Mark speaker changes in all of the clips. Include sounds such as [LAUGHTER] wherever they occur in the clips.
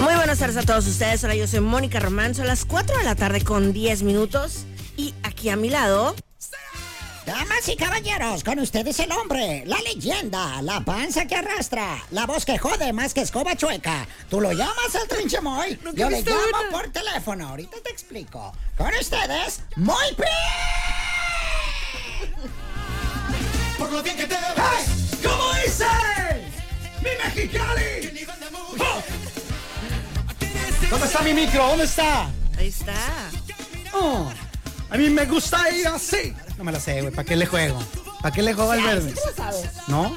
Speaker 1: Muy buenas tardes a todos ustedes. Hola, yo soy Mónica Román. Son las 4 de la tarde con 10 minutos. Y aquí a mi lado,
Speaker 2: Damas y caballeros, con ustedes el hombre, la leyenda, la panza que arrastra, la voz que jode más que escoba chueca. Tú lo llamas al trinchemoy, yo le llamo por teléfono, ahorita te explico. Con ustedes, Moy Pi.
Speaker 3: Por lo bien que te ves. ¿Cómo dice? ¡Mi Mexicali! ¡Oh! ¿Dónde está mi micro? ¿Dónde está?
Speaker 1: ahí está.
Speaker 3: Oh, a mí me gusta ir así. No me la sé, güey. ¿Para qué le juego? ¿Para qué le juego al verde? ¿No?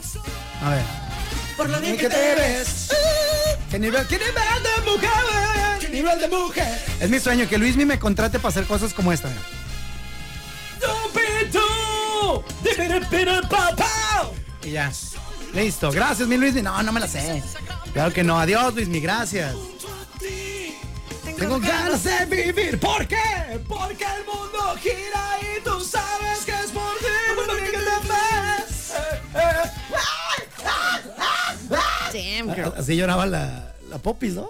Speaker 3: A ver. Por lo bien que te ves. ¿Qué nivel, qué nivel de mujer? ¿Qué nivel de mujer? Es mi sueño que Luismi me contrate para hacer cosas como esta. mira. Y ya. Listo. Gracias, mi Luismi. No, no me la sé. Claro que no. Adiós, Luismi. Gracias. Tengo ganas de vivir. ¿Por qué? Porque el mundo gira y tú sabes que es por ti. por lo que te ves.
Speaker 1: Damn, girl.
Speaker 3: Ah, Así lloraba la, la popis, ¿no?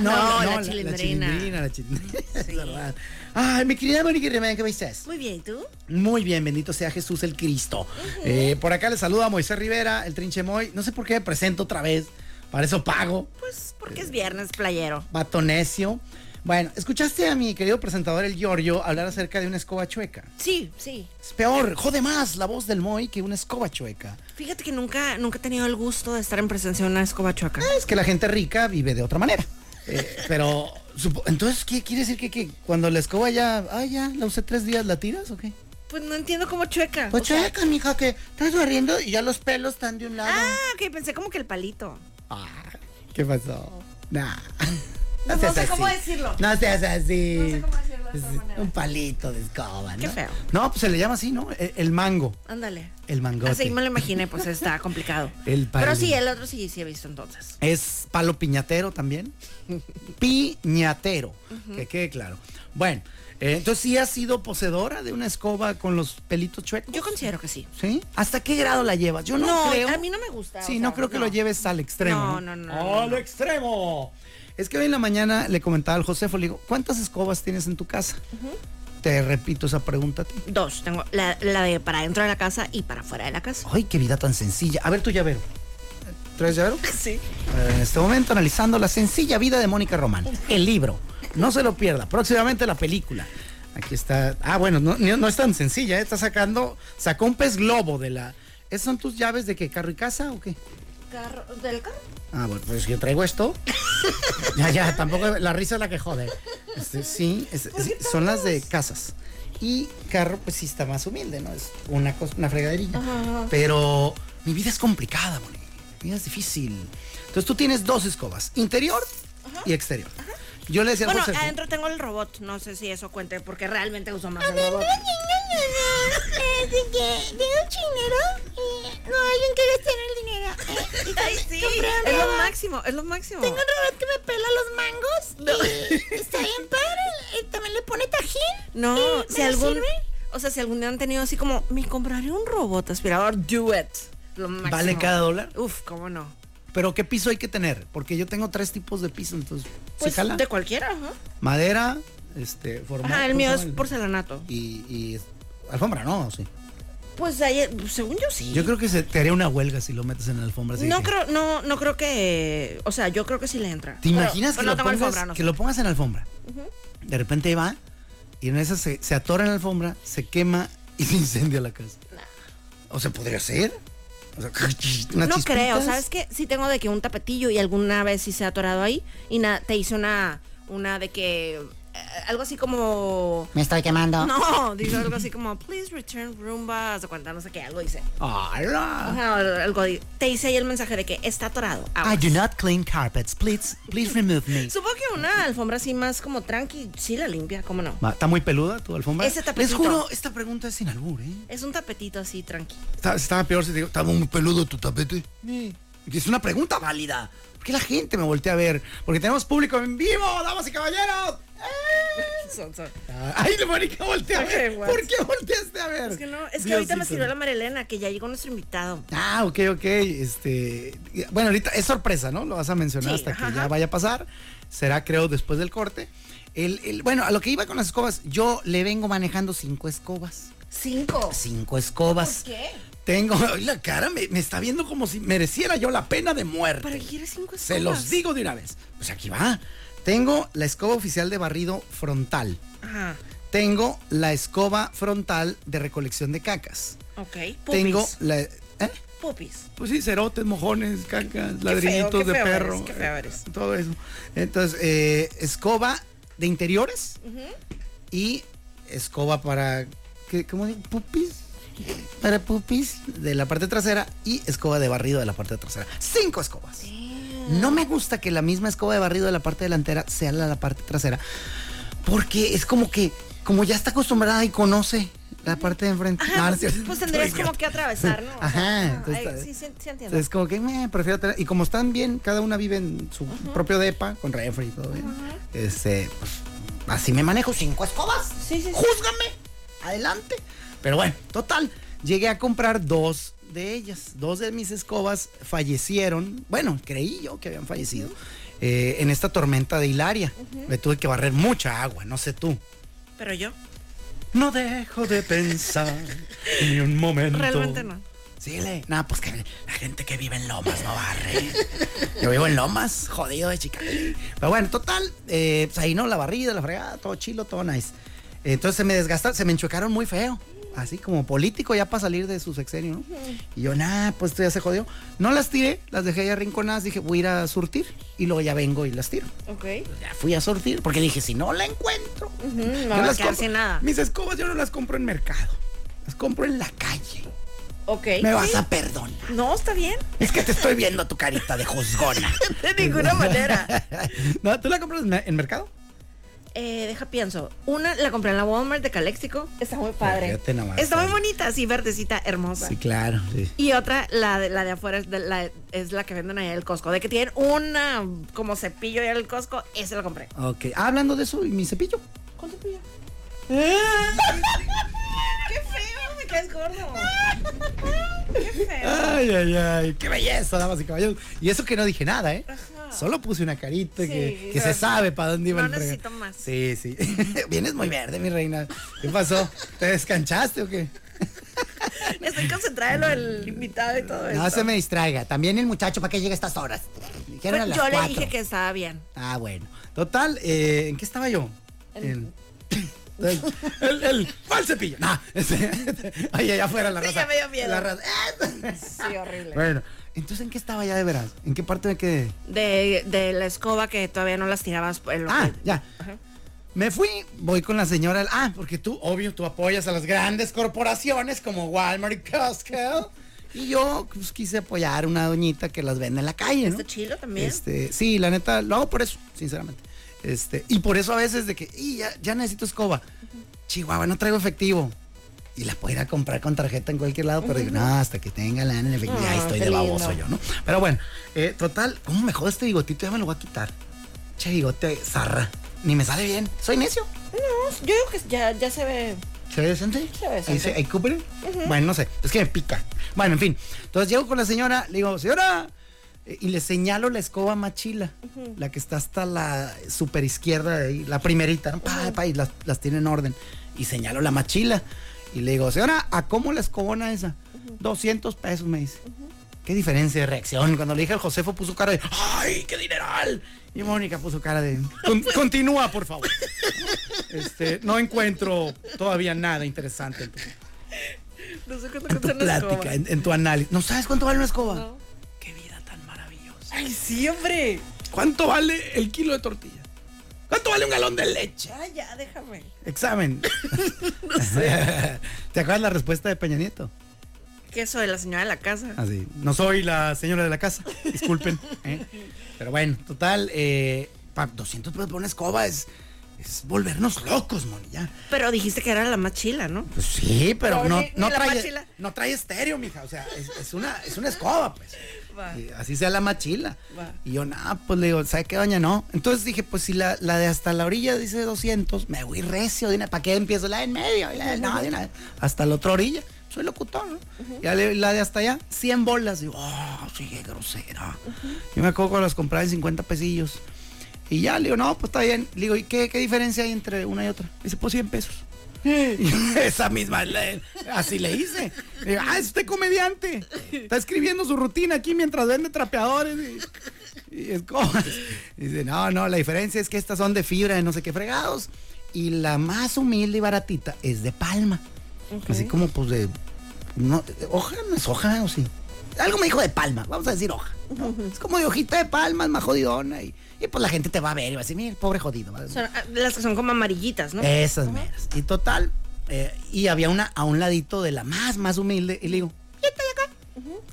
Speaker 1: No, la
Speaker 3: La
Speaker 1: chilindrina.
Speaker 3: chilindrina, la chilindrina, [LAUGHS] es verdad. Ay, mi querida Mónica Remén, ¿cómo estás?
Speaker 1: Muy bien, ¿y tú?
Speaker 3: Muy bien, bendito sea Jesús el Cristo. Eh, por acá le saluda Moisés Rivera, el Trinche Moy. No sé por qué me presento otra vez. Para eso pago.
Speaker 1: Pues porque es viernes, playero.
Speaker 3: Vato necio. Bueno, escuchaste a mi querido presentador, el Giorgio, hablar acerca de una escoba chueca.
Speaker 1: Sí, sí.
Speaker 3: Es peor, jode más la voz del Moy que una escoba chueca.
Speaker 1: Fíjate que nunca, nunca he tenido el gusto de estar en presencia de una escoba chueca.
Speaker 3: Es que la gente rica vive de otra manera. Eh, pero, supo- entonces, ¿qué quiere decir que, que cuando la escoba ya, ah, ya, la usé tres días, ¿la tiras o qué?
Speaker 1: Pues no entiendo cómo chueca.
Speaker 3: Pues
Speaker 1: O sea-
Speaker 3: chueca, mija, que estás barriendo y ya los pelos están de un lado.
Speaker 1: Ah, ok, pensé como que el palito.
Speaker 3: Ah, ¿Qué pasó? Nah.
Speaker 1: No, no
Speaker 3: seas
Speaker 1: sé
Speaker 3: así.
Speaker 1: cómo decirlo.
Speaker 3: No seas así.
Speaker 1: No sé cómo decirlo de otra
Speaker 3: Es
Speaker 1: manera.
Speaker 3: Un palito de escoba, ¿no?
Speaker 1: Qué feo.
Speaker 3: No, pues se le llama así, ¿no? El, el mango.
Speaker 1: Ándale.
Speaker 3: El mangote.
Speaker 1: Así me lo imaginé, pues [LAUGHS] está complicado.
Speaker 3: El palito.
Speaker 1: Pero sí, el otro sí, sí he visto entonces.
Speaker 3: Es palo piñatero también. piñatero. Que quede claro. Bueno, eh, entonces sí has sido poseedora de una escoba con los pelitos chuecos.
Speaker 1: Yo considero que sí.
Speaker 3: ¿Sí? ¿Hasta qué grado la llevas? Yo no,
Speaker 1: No,
Speaker 3: creo.
Speaker 1: a mí no me gusta,
Speaker 3: Sí,
Speaker 1: o
Speaker 3: no
Speaker 1: sea,
Speaker 3: creo que
Speaker 1: no.
Speaker 3: lo lleves al extremo.
Speaker 1: No, no, no, no,
Speaker 3: ¡Al
Speaker 1: no.
Speaker 3: extremo! Es que hoy en la mañana le comentaba al Josefo, le digo, ¿cuántas escobas tienes en tu casa? Te repito esa pregunta a ti.
Speaker 1: Dos, tengo la, la de para dentro de la casa y para fuera de la casa.
Speaker 3: ¡Ay, qué vida tan sencilla! A ver tu llavero. ¿Traes llavero?
Speaker 1: Sí.
Speaker 3: Eh, En este momento analizando la sencilla vida de Mónica Román. El libro. No se lo pierda. Próximamente la película. Aquí está. Ah, bueno, no, no- no es tan sencilla. ¿eh? Está sacando. Sacó un pez globo de la. ¿Esas son tus llaves de qué? ¿Carro y casa o qué?
Speaker 1: Carro, ¿Del carro?
Speaker 3: Ah, bueno, pues yo traigo
Speaker 1: [LAUGHS]
Speaker 3: esto. ya, ya, tampoco. La risa es la que jode. Este, sí, es-
Speaker 1: Pues
Speaker 3: es- son las de casas. Y carro, pues sí está más humilde, ¿no? Es una, cos- una fregaderilla. Pero mi vida es complicada, Moni. Mi vida es difícil. Entonces tú tienes dos escobas, interior y exterior. Yo le decía a
Speaker 1: Bueno,
Speaker 3: José,
Speaker 1: adentro tengo el robot. No sé si eso cuente porque realmente uso más el robot.
Speaker 4: Así Eh, que tengo un chinero y no alguien quiere tener el dinero. Eh, y
Speaker 1: Ay,
Speaker 4: com-
Speaker 1: sí.
Speaker 4: compré un
Speaker 1: Es lo
Speaker 4: robot.
Speaker 1: máximo, es lo máximo.
Speaker 4: Tengo un robot que me pela los mangos y está bien padre. Y también le pone tajín.
Speaker 1: No,
Speaker 4: ¿Y
Speaker 1: si
Speaker 4: me
Speaker 1: algún.
Speaker 4: sirve?
Speaker 1: O sea, si algún día han tenido así como, me compraré un robot aspirador, do it. Lo máximo.
Speaker 3: ¿Vale cada dólar?
Speaker 1: Uf, cómo no.
Speaker 3: ¿pero qué piso hay que tener? Porque yo tengo tres tipos de piso, entonces. ¿se
Speaker 1: Pues
Speaker 3: jala?
Speaker 1: de cualquiera, ajá.
Speaker 3: Madera, este, formal.
Speaker 1: Ajá, el
Speaker 3: ¿cómo
Speaker 1: mío
Speaker 3: se
Speaker 1: es
Speaker 3: llama?
Speaker 1: porcelanato.
Speaker 3: Y, y alfombra, no, sí.
Speaker 1: Pues ayer, según yo sí.
Speaker 3: Yo creo que se te haría una huelga si lo metes en la alfombra. así
Speaker 1: no
Speaker 3: que-
Speaker 1: creo, no, no creo que, o sea, yo creo que sí le entra.
Speaker 3: ¿Te
Speaker 1: Pero-
Speaker 3: imaginas
Speaker 1: pero
Speaker 3: que,
Speaker 1: no
Speaker 3: lo
Speaker 1: tengo
Speaker 3: pongas,
Speaker 1: alfombra, no
Speaker 3: que
Speaker 1: sé.
Speaker 3: lo pongas en la alfombra? De repente va y en esa se, se atora en la alfombra, se quema y [LAUGHS] se incendia la casa. O sea, podría ser. O sea, [LAUGHS] unas
Speaker 1: No creo,
Speaker 3: chispitas.
Speaker 1: ¿sabes qué? Sí tengo de que un tapetillo y alguna vez sí se ha atorado ahí y na- te hice una, una de que eh, algo así como.
Speaker 2: Me estoy
Speaker 3: Ah.
Speaker 2: quemando.
Speaker 1: No, dice algo así como, please return Roomba, se cuenta, no sé qué, algo dice.
Speaker 3: ¡Hala!
Speaker 1: Ajá, o algo di- Te hice ahí el mensaje de que está atorado.
Speaker 3: I
Speaker 1: aguas.
Speaker 3: do not clean carpets. Please, please remove me.
Speaker 1: Supongo que una alfombra así más como tranqui, sí la limpia, ¿cómo no?
Speaker 3: Ma, ¿Está muy peluda tu alfombra?
Speaker 1: Ese
Speaker 3: Les
Speaker 1: tapetito.
Speaker 3: juro, esta pregunta es sin albur, ¿eh?
Speaker 1: Es un tapetito así tranqui. [LAUGHS]
Speaker 3: Está- estaba peor si te digo, ¿estaba muy peludo tu tapete? Es una pregunta válida. ¿Por qué la gente me voltea a ver? Porque tenemos público en vivo, damas y caballeros. ¡Eh!
Speaker 1: Son- son-
Speaker 3: Ay, Mónica, voltea a ver.
Speaker 1: Ok, what?
Speaker 3: ¿Por qué volteaste a ver?
Speaker 1: Es que no, es que ahorita me
Speaker 3: Diosito.
Speaker 1: sirvió la Marilena, que ya llegó nuestro invitado.
Speaker 3: Ah, ok, ok. Este, bueno, ahorita es sorpresa, ¿no? Lo vas a mencionar
Speaker 1: Sí,
Speaker 3: hasta que
Speaker 1: ajá,
Speaker 3: ya
Speaker 1: ajá.
Speaker 3: vaya a pasar. Será, creo, después del corte. El, el- bueno, a lo que iba con las escobas, yo le vengo manejando cinco escobas.
Speaker 1: Cinco.
Speaker 3: Cinco escobas.
Speaker 1: ¿Qué?
Speaker 3: Tengo. [LAUGHS] ay, la cara me, me está viendo como si mereciera yo la pena de muerte.
Speaker 1: ¿Para qué quieres cinco escobas?
Speaker 3: Se los digo de una vez. Pues aquí va. Tengo la escoba oficial de barrido frontal.
Speaker 1: Ajá,
Speaker 3: Tengo la escoba frontal de recolección de cacas.
Speaker 1: ok. Pupis.
Speaker 3: Tengo la. ¿eh?
Speaker 1: Pupis.
Speaker 3: Pues sí, cerotes, mojones, cacas,
Speaker 1: feo,
Speaker 3: ladrillitos
Speaker 1: qué
Speaker 3: de
Speaker 1: feo
Speaker 3: perro.
Speaker 1: eres, qué feo eres.
Speaker 3: eh, Todo eso. Entonces, eh, escoba de interiores y escoba para. ¿qué- ¿Cómo digo? Pupis. Para pupis de la parte trasera y escoba de barrido de la parte trasera. Cinco escobas. No me gusta que la misma escoba de barrido de la parte delantera sea la de la parte trasera. Porque es como que, como ya está acostumbrada y conoce la parte de enfrente. No, no
Speaker 1: Ajá,
Speaker 3: es
Speaker 1: pues,
Speaker 3: cierto.
Speaker 1: [LAUGHS] pues tendrías
Speaker 3: Estoy
Speaker 1: como que atravesar, ¿no? O sea,
Speaker 3: [LAUGHS] Ajá,
Speaker 1: ah,
Speaker 3: entonces
Speaker 1: ay,
Speaker 3: está-
Speaker 1: sí, sí, sí entiendo.
Speaker 3: es como que me prefiero tener. Y como están bien, cada una vive en su propio depa, con refri y todo bien. Este, pues, así me manejo, cinco escobas.
Speaker 1: Sí, sí, sí.
Speaker 3: Júzgame, adelante. Pero bueno, total. Llegué a comprar dos de ellas. Dos de mis escobas fallecieron. Bueno, creí yo que habían fallecido. eh, en esta tormenta de Hilaria. Me tuve que barrer mucha agua, no sé tú.
Speaker 1: Pero yo,
Speaker 3: No dejo de pensar ni un momento.
Speaker 1: Realmente no.
Speaker 3: Sí, le. No, pues que la gente que vive en Lomas no barre. Yo vivo en Lomas, jodido de chica. Pero bueno, total, eh, pues ahí no, la barrida, la fregada, todo chilo, todo nice. Entonces se me desgastaron, se me enchuecaron muy feo. Así como político ya para salir de su sexenio, ¿no? Y yo, nah, pues esto ya se jodió. No las tiré, las dejé ahí arrinconadas, dije, voy a ir a surtir y luego ya vengo y las tiro
Speaker 1: ok.
Speaker 3: ya fui a sortir porque dije, si no la encuentro, yo
Speaker 1: me voy a
Speaker 3: las
Speaker 1: quedar
Speaker 3: compro-
Speaker 1: sin nada.
Speaker 3: Mis escobas yo no las compro en mercado. Las compro en la calle.
Speaker 1: Ok.
Speaker 3: Me vas
Speaker 1: sí.
Speaker 3: a perdonar.
Speaker 1: No, está bien.
Speaker 3: Es que te estoy viendo tu carita de juzgona.
Speaker 1: De ninguna manera.
Speaker 3: [LAUGHS] no, ¿tú la compras en, en mercado?
Speaker 1: Eh, deja pienso. Una la compré en la Walmart de Caléxico. Está muy padre.
Speaker 3: Fíjate nomás.
Speaker 1: Está muy bonita, así verdecita, hermosa.
Speaker 3: claro. sí.
Speaker 1: Y otra, la de, la de afuera, es, de la, es la que venden allá en el Costco. De que tienen una como cepillo allá en el Costco, esa la compré.
Speaker 3: Ok. Ah, hablando de eso, ¿y mi cepillo?
Speaker 1: ¿Cuál cepillo? [LAUGHS] ¡Qué feo! Me caes gordo. ¡Qué feo!
Speaker 3: Ay, ay, ay, qué belleza, damas y caballeros. Y eso que no dije nada, ¿eh? Solo puse una carita
Speaker 1: Sí,
Speaker 3: que,
Speaker 1: o
Speaker 3: que
Speaker 1: sea,
Speaker 3: se sabe para dónde iba
Speaker 1: no
Speaker 3: el fregado.
Speaker 1: necesito más.
Speaker 3: Sí, sí. [LAUGHS] Vienes muy verde, mi reina. ¿Qué pasó? ¿Te descanchaste o qué?
Speaker 1: Estoy concentrada en lo del invitado y todo eso.
Speaker 3: No se me distraiga. También el muchacho, ¿para qué llega a estas horas? Dijeron a las
Speaker 1: yo le
Speaker 3: cuatro.
Speaker 1: dije que estaba bien.
Speaker 3: Ah, bueno. Total, eh, ¿en qué estaba yo? En...
Speaker 1: [LAUGHS]
Speaker 3: El, el, el- ¿cuál cepillo? Nah, ese- [LAUGHS] Oye, allá afuera la
Speaker 1: Sí,
Speaker 3: raza.
Speaker 1: ya me dio miedo.
Speaker 3: La raza.
Speaker 1: [LAUGHS]
Speaker 3: ¡Eh!
Speaker 1: Sí, horrible.
Speaker 3: Bueno, entonces, ¿en qué estaba ya de veras? ¿En qué parte me quedé?
Speaker 1: De, de la escoba que todavía no las tirabas. en lo
Speaker 3: Ah,
Speaker 1: que-
Speaker 3: ya. Me fui, voy con la señora. Ah, porque tú, obvio, tú apoyas a las grandes corporaciones como Walmart
Speaker 1: [LAUGHS]
Speaker 3: y Costco. Y yo pues, quise apoyar a una doñita que las vende en la calle, ¿no?
Speaker 1: Está chilo también.
Speaker 3: Este, sí, la neta, lo hago por eso, sinceramente. Este, y por eso a veces de que, y ya, ya necesito escoba. Chihuahua, no traigo efectivo. Y la puedo ir a comprar con tarjeta en cualquier lado, pero digo, no, hasta que tenga la en efectivo. Ahí
Speaker 1: Ah,
Speaker 3: estoy
Speaker 1: qué
Speaker 3: de baboso
Speaker 1: lindo.
Speaker 3: yo, ¿no? Pero bueno, eh, total, ¿cómo me jode este bigotito? Ya me lo voy a quitar. Che, bigote, zarra. Ni me sale bien. Soy necio.
Speaker 1: No, yo digo que ya, ya se ve.
Speaker 3: ¿Se ve decente?
Speaker 1: Se ve decente.
Speaker 3: Ahí ahí cubre? Bueno, no sé, es que me pica. Bueno, en fin. Entonces llego con la señora, le digo, señora, eh, y le señalo la escoba machila, la que está hasta la super izquierda, de ahí, la primerita, ¿no? Pa, pa, y las, las tiene en orden. Y señalo la machila. Y le digo, señora, ¿a cómo la escobona esa? 200 pesos, me dice. Qué diferencia de reacción. Cuando le dije al Josefo puso cara de, ¡ay, qué dineral! Y Mónica puso
Speaker 1: [LAUGHS]
Speaker 3: cara de, "Con- continúa, por favor. Este, no encuentro todavía nada interesante en tu,
Speaker 1: No sé cuánto
Speaker 3: en tu
Speaker 1: cuesta una escoba.
Speaker 3: plática, en, en tu análisis. ¿No sabes cuánto vale una escoba?
Speaker 1: No.
Speaker 3: Qué vida tan maravillosa.
Speaker 1: Ay, sí, hombre.
Speaker 3: ¿Cuánto vale el kilo de tortilla? ¿Cuánto vale un galón de leche?
Speaker 1: Ay, ya, déjame. [LAUGHS]
Speaker 2: Examen. ¿Te acuerdas la respuesta de Peña Nieto?
Speaker 1: ¿Qué soy la señora de la casa?
Speaker 2: Así, no soy la señora de la casa, disculpen. ¿eh? Pero bueno, total, eh, pa- 200 pesos por una escoba es, es volvernos locos, Moni, ya.
Speaker 1: Pero dijiste que era la más chila, ¿no?
Speaker 2: Pues sí, pero
Speaker 1: Pero
Speaker 2: no,
Speaker 1: ni-
Speaker 2: no,
Speaker 1: ni la
Speaker 2: trae,
Speaker 1: mochila.
Speaker 2: no trae estéreo, mija. O sea, es, es una, es una escoba, pues.
Speaker 1: Va.
Speaker 2: Y así sea la machila.
Speaker 1: Va.
Speaker 2: Y yo, nada, pues le digo, ¿sabe qué, doña? No. Entonces dije, pues si la, la de hasta la orilla dice 200, me voy recio. de una- ¿Para qué empiezo la de en medio? Y la de- no, de una vez, hasta la otra orilla. Soy locutor, ¿no? Ya le- la de hasta allá, 100 bolas. Digo, oh, sí, qué grosera. Yo me acuerdo que las compraba en 50 pesillos. Y ya, le digo, no, pues está bien. Le digo, ¿y qué, qué diferencia hay entre una y otra? Dice, pues 100 pesos. [LAUGHS] Y Esa misma, le- así le hice. Le digo, ah, es usted comediante. Está escribiendo su rutina aquí mientras vende trapeadores. Y, y es como. [LAUGHS] y dice, no, no, la diferencia es que estas son de fibra de no sé qué fregados. Y la más humilde y baratita es de palma. Así como, pues, de. No, hoja no es hoja, o sí. Algo me dijo de palma, vamos a decir hoja. ¿no? Es como de hojita de palma, es más jodidona. Y, y, pues la gente te va a ver y va a decir, mira, pobre jodido. va a-
Speaker 1: Son, ah, las que son como amarillitas,
Speaker 3: Eh.
Speaker 1: ¿no?
Speaker 2: esas meras. Y total, eh, y había una a un ladito de la más, más humilde. Y le digo, "¿Y esta de acá?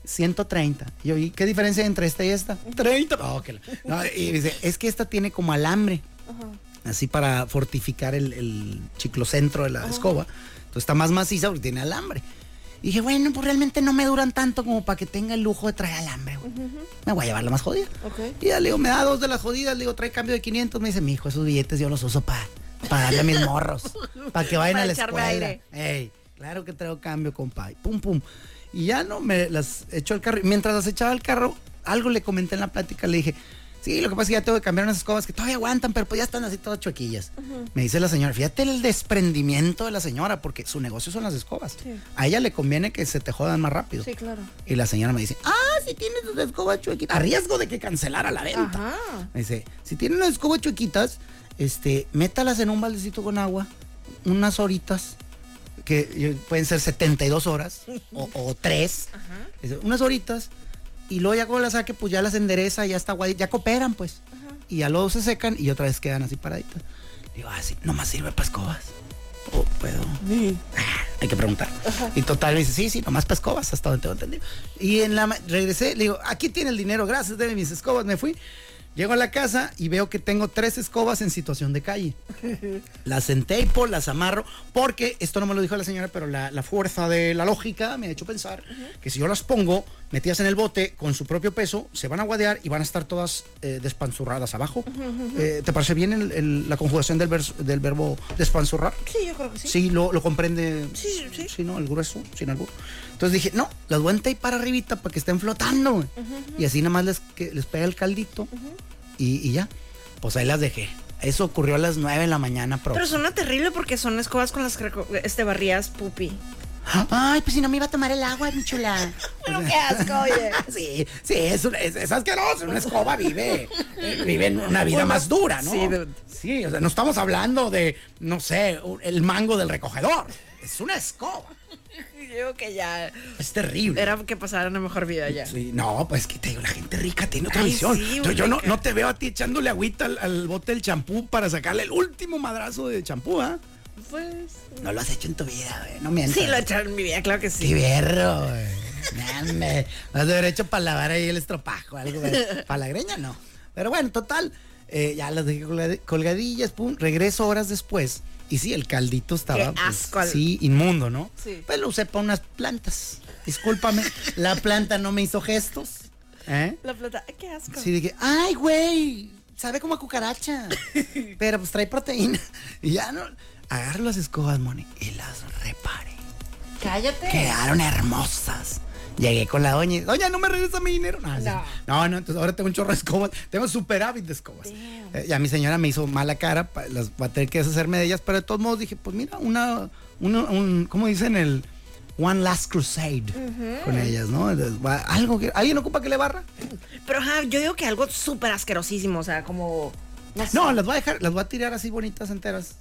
Speaker 2: 130. Y yo, ¿y qué diferencia hay entre esta y esta? 30. No, que la- no, y dice, es que esta tiene como alambre. Así para fortificar el, el chiclocentro de la escoba. Entonces está más maciza porque tiene alambre. Y dije, bueno, pues realmente no me duran tanto como para que tenga el lujo de traer alambre, güey. Me voy a llevar la más jodida.
Speaker 1: Ok.
Speaker 2: Y ya le digo, me da dos de las jodidas, le digo, trae cambio de 500. Me dice, mi hijo, esos billetes yo los uso para darle a mis morros, para que vayan
Speaker 1: Para
Speaker 2: a
Speaker 1: [LAUGHS]
Speaker 2: la
Speaker 1: echarme
Speaker 2: escuela.
Speaker 1: aire.
Speaker 2: Ey, claro que traigo cambio, compa. Y pum, pum. Y ya no, me las echó al carro. Y Mientras las echaba al carro, algo le comenté en la plática, le dije, sí, lo que pasa es que ya tengo que cambiar unas escobas que todavía aguantan, pero pues ya están así todas chuequillas. Me dice la señora, fíjate el desprendimiento de la señora, porque su negocio son las escobas. A ella le conviene que se te jodan más rápido.
Speaker 1: Sí, claro.
Speaker 2: Y la señora me dice, ah, si tienes tus escobas chuequitas, a riesgo de que cancelara la venta.
Speaker 1: Ajá.
Speaker 2: Me dice, si tienen unas escobas chuequitas, este, métalas en un baldecito con agua, unas horitas, que eh, pueden ser 72 horas o, o 3, unas horitas, y luego ya cuando las saque, pues ya las endereza, ya está guay, ya cooperan, pues. Y ya luego se secan y otra vez quedan así paraditas. Digo, así, nomás sirve para escobas. Oh, puedo. [LAUGHS] Hay que preguntar. Y total, me dice, sí, sí, nomás para escobas, hasta donde tengo entendido. Y en la ma- regresé, le digo, aquí tiene el dinero, gracias, deme mis escobas, me fui. Llego a la casa y veo que tengo tres escobas en situación de calle. Las enteipo, las amarro, porque esto no me lo dijo la señora, pero la, la fuerza de la lógica me ha hecho pensar que si yo las pongo metidas en el bote con su propio peso, se van a guadear y van a estar todas eh, despanzurradas abajo. Eh, ¿Te parece bien el- el- la conjugación del, vers- del verbo despanzurrar?
Speaker 1: Sí, yo creo que sí.
Speaker 2: Sí, lo, lo comprende.
Speaker 1: Sí, sí, sí.
Speaker 2: ¿no? El grueso, sin albur. Entonces dije, no, las voy a entrar para arribita para que estén flotando. güey. Y así nada más les, que les pega el caldito y, y ya. Pues ahí las dejé. Eso ocurrió a las 9 de la mañana, pro.
Speaker 1: Pero suena terrible porque son escobas con las que reco- este, barrías pupi.
Speaker 2: Ay, pues si no me iba a tomar el agua, mi chula.
Speaker 1: Pero qué asco, [LAUGHS] oye.
Speaker 2: sí, sí, es, un- es, es asqueroso. Una escoba vive, eh, vive en una vida más dura, ¿no?
Speaker 1: sí, de-
Speaker 2: Sí, o sea, no estamos hablando de, no sé, un- el mango del recogedor. Es una escoba.
Speaker 1: Digo que ya
Speaker 2: Es terrible.
Speaker 1: era que pasara una mejor vida ya.
Speaker 2: Sí, no, pues que te digo, la gente rica tiene otra
Speaker 1: Ay,
Speaker 2: visión.
Speaker 1: sí,
Speaker 2: yo yo no,
Speaker 1: rica.
Speaker 2: no te veo a ti echándole agüita al, al bote del champú para sacarle el último madrazo de champú, ¿ah?
Speaker 1: Pues.
Speaker 2: No lo has hecho en tu vida, güey. No mientas.
Speaker 1: Sí, lo echaron en mi vida, claro que
Speaker 2: Qué
Speaker 1: sí.
Speaker 2: berro, güey. No, hombre. Vas a haber hecho para lavar ahí el estropajo, algo, güey. Para la greña, no. Pero bueno, total. eh, ya las dejé colgadi- colgadillas, pum. Regreso horas después. Y sí, el caldito estaba. pues,
Speaker 1: Qué asco al-
Speaker 2: Sí, inmundo, ¿no?
Speaker 1: Sí.
Speaker 2: Pues lo usé para unas plantas. Discúlpame, la planta no me hizo gestos. ¿Eh?
Speaker 1: La plata, ay, qué asco.
Speaker 2: Sí, dije, ay, güey, sabe como a cucaracha. pero pues trae proteína. Y ya no. Agarro las escobas, Moni, y las reparé.
Speaker 1: Cállate.
Speaker 2: Quedaron hermosas. Llegué con la doña y, doña, no me regresa mi dinero. No, sí.
Speaker 1: No.
Speaker 2: no, no, entonces ahora tengo un chorro de escobas. Tengo superávit de escobas. Eh, ya mi señora me hizo mala cara, pa- las va a tener que deshacerme de ellas, pero de todos modos dije, pues mira, una, una un, ¿cómo dicen? El One Last Crusade con ellas, ¿no? Entonces, va- algo que, ¿Alguien ocupa que le barra?
Speaker 1: Pero ajá, yo digo que algo súper asquerosísimo, o sea, como. sé.
Speaker 2: No, las voy a dejar, las voy a tirar así bonitas enteras.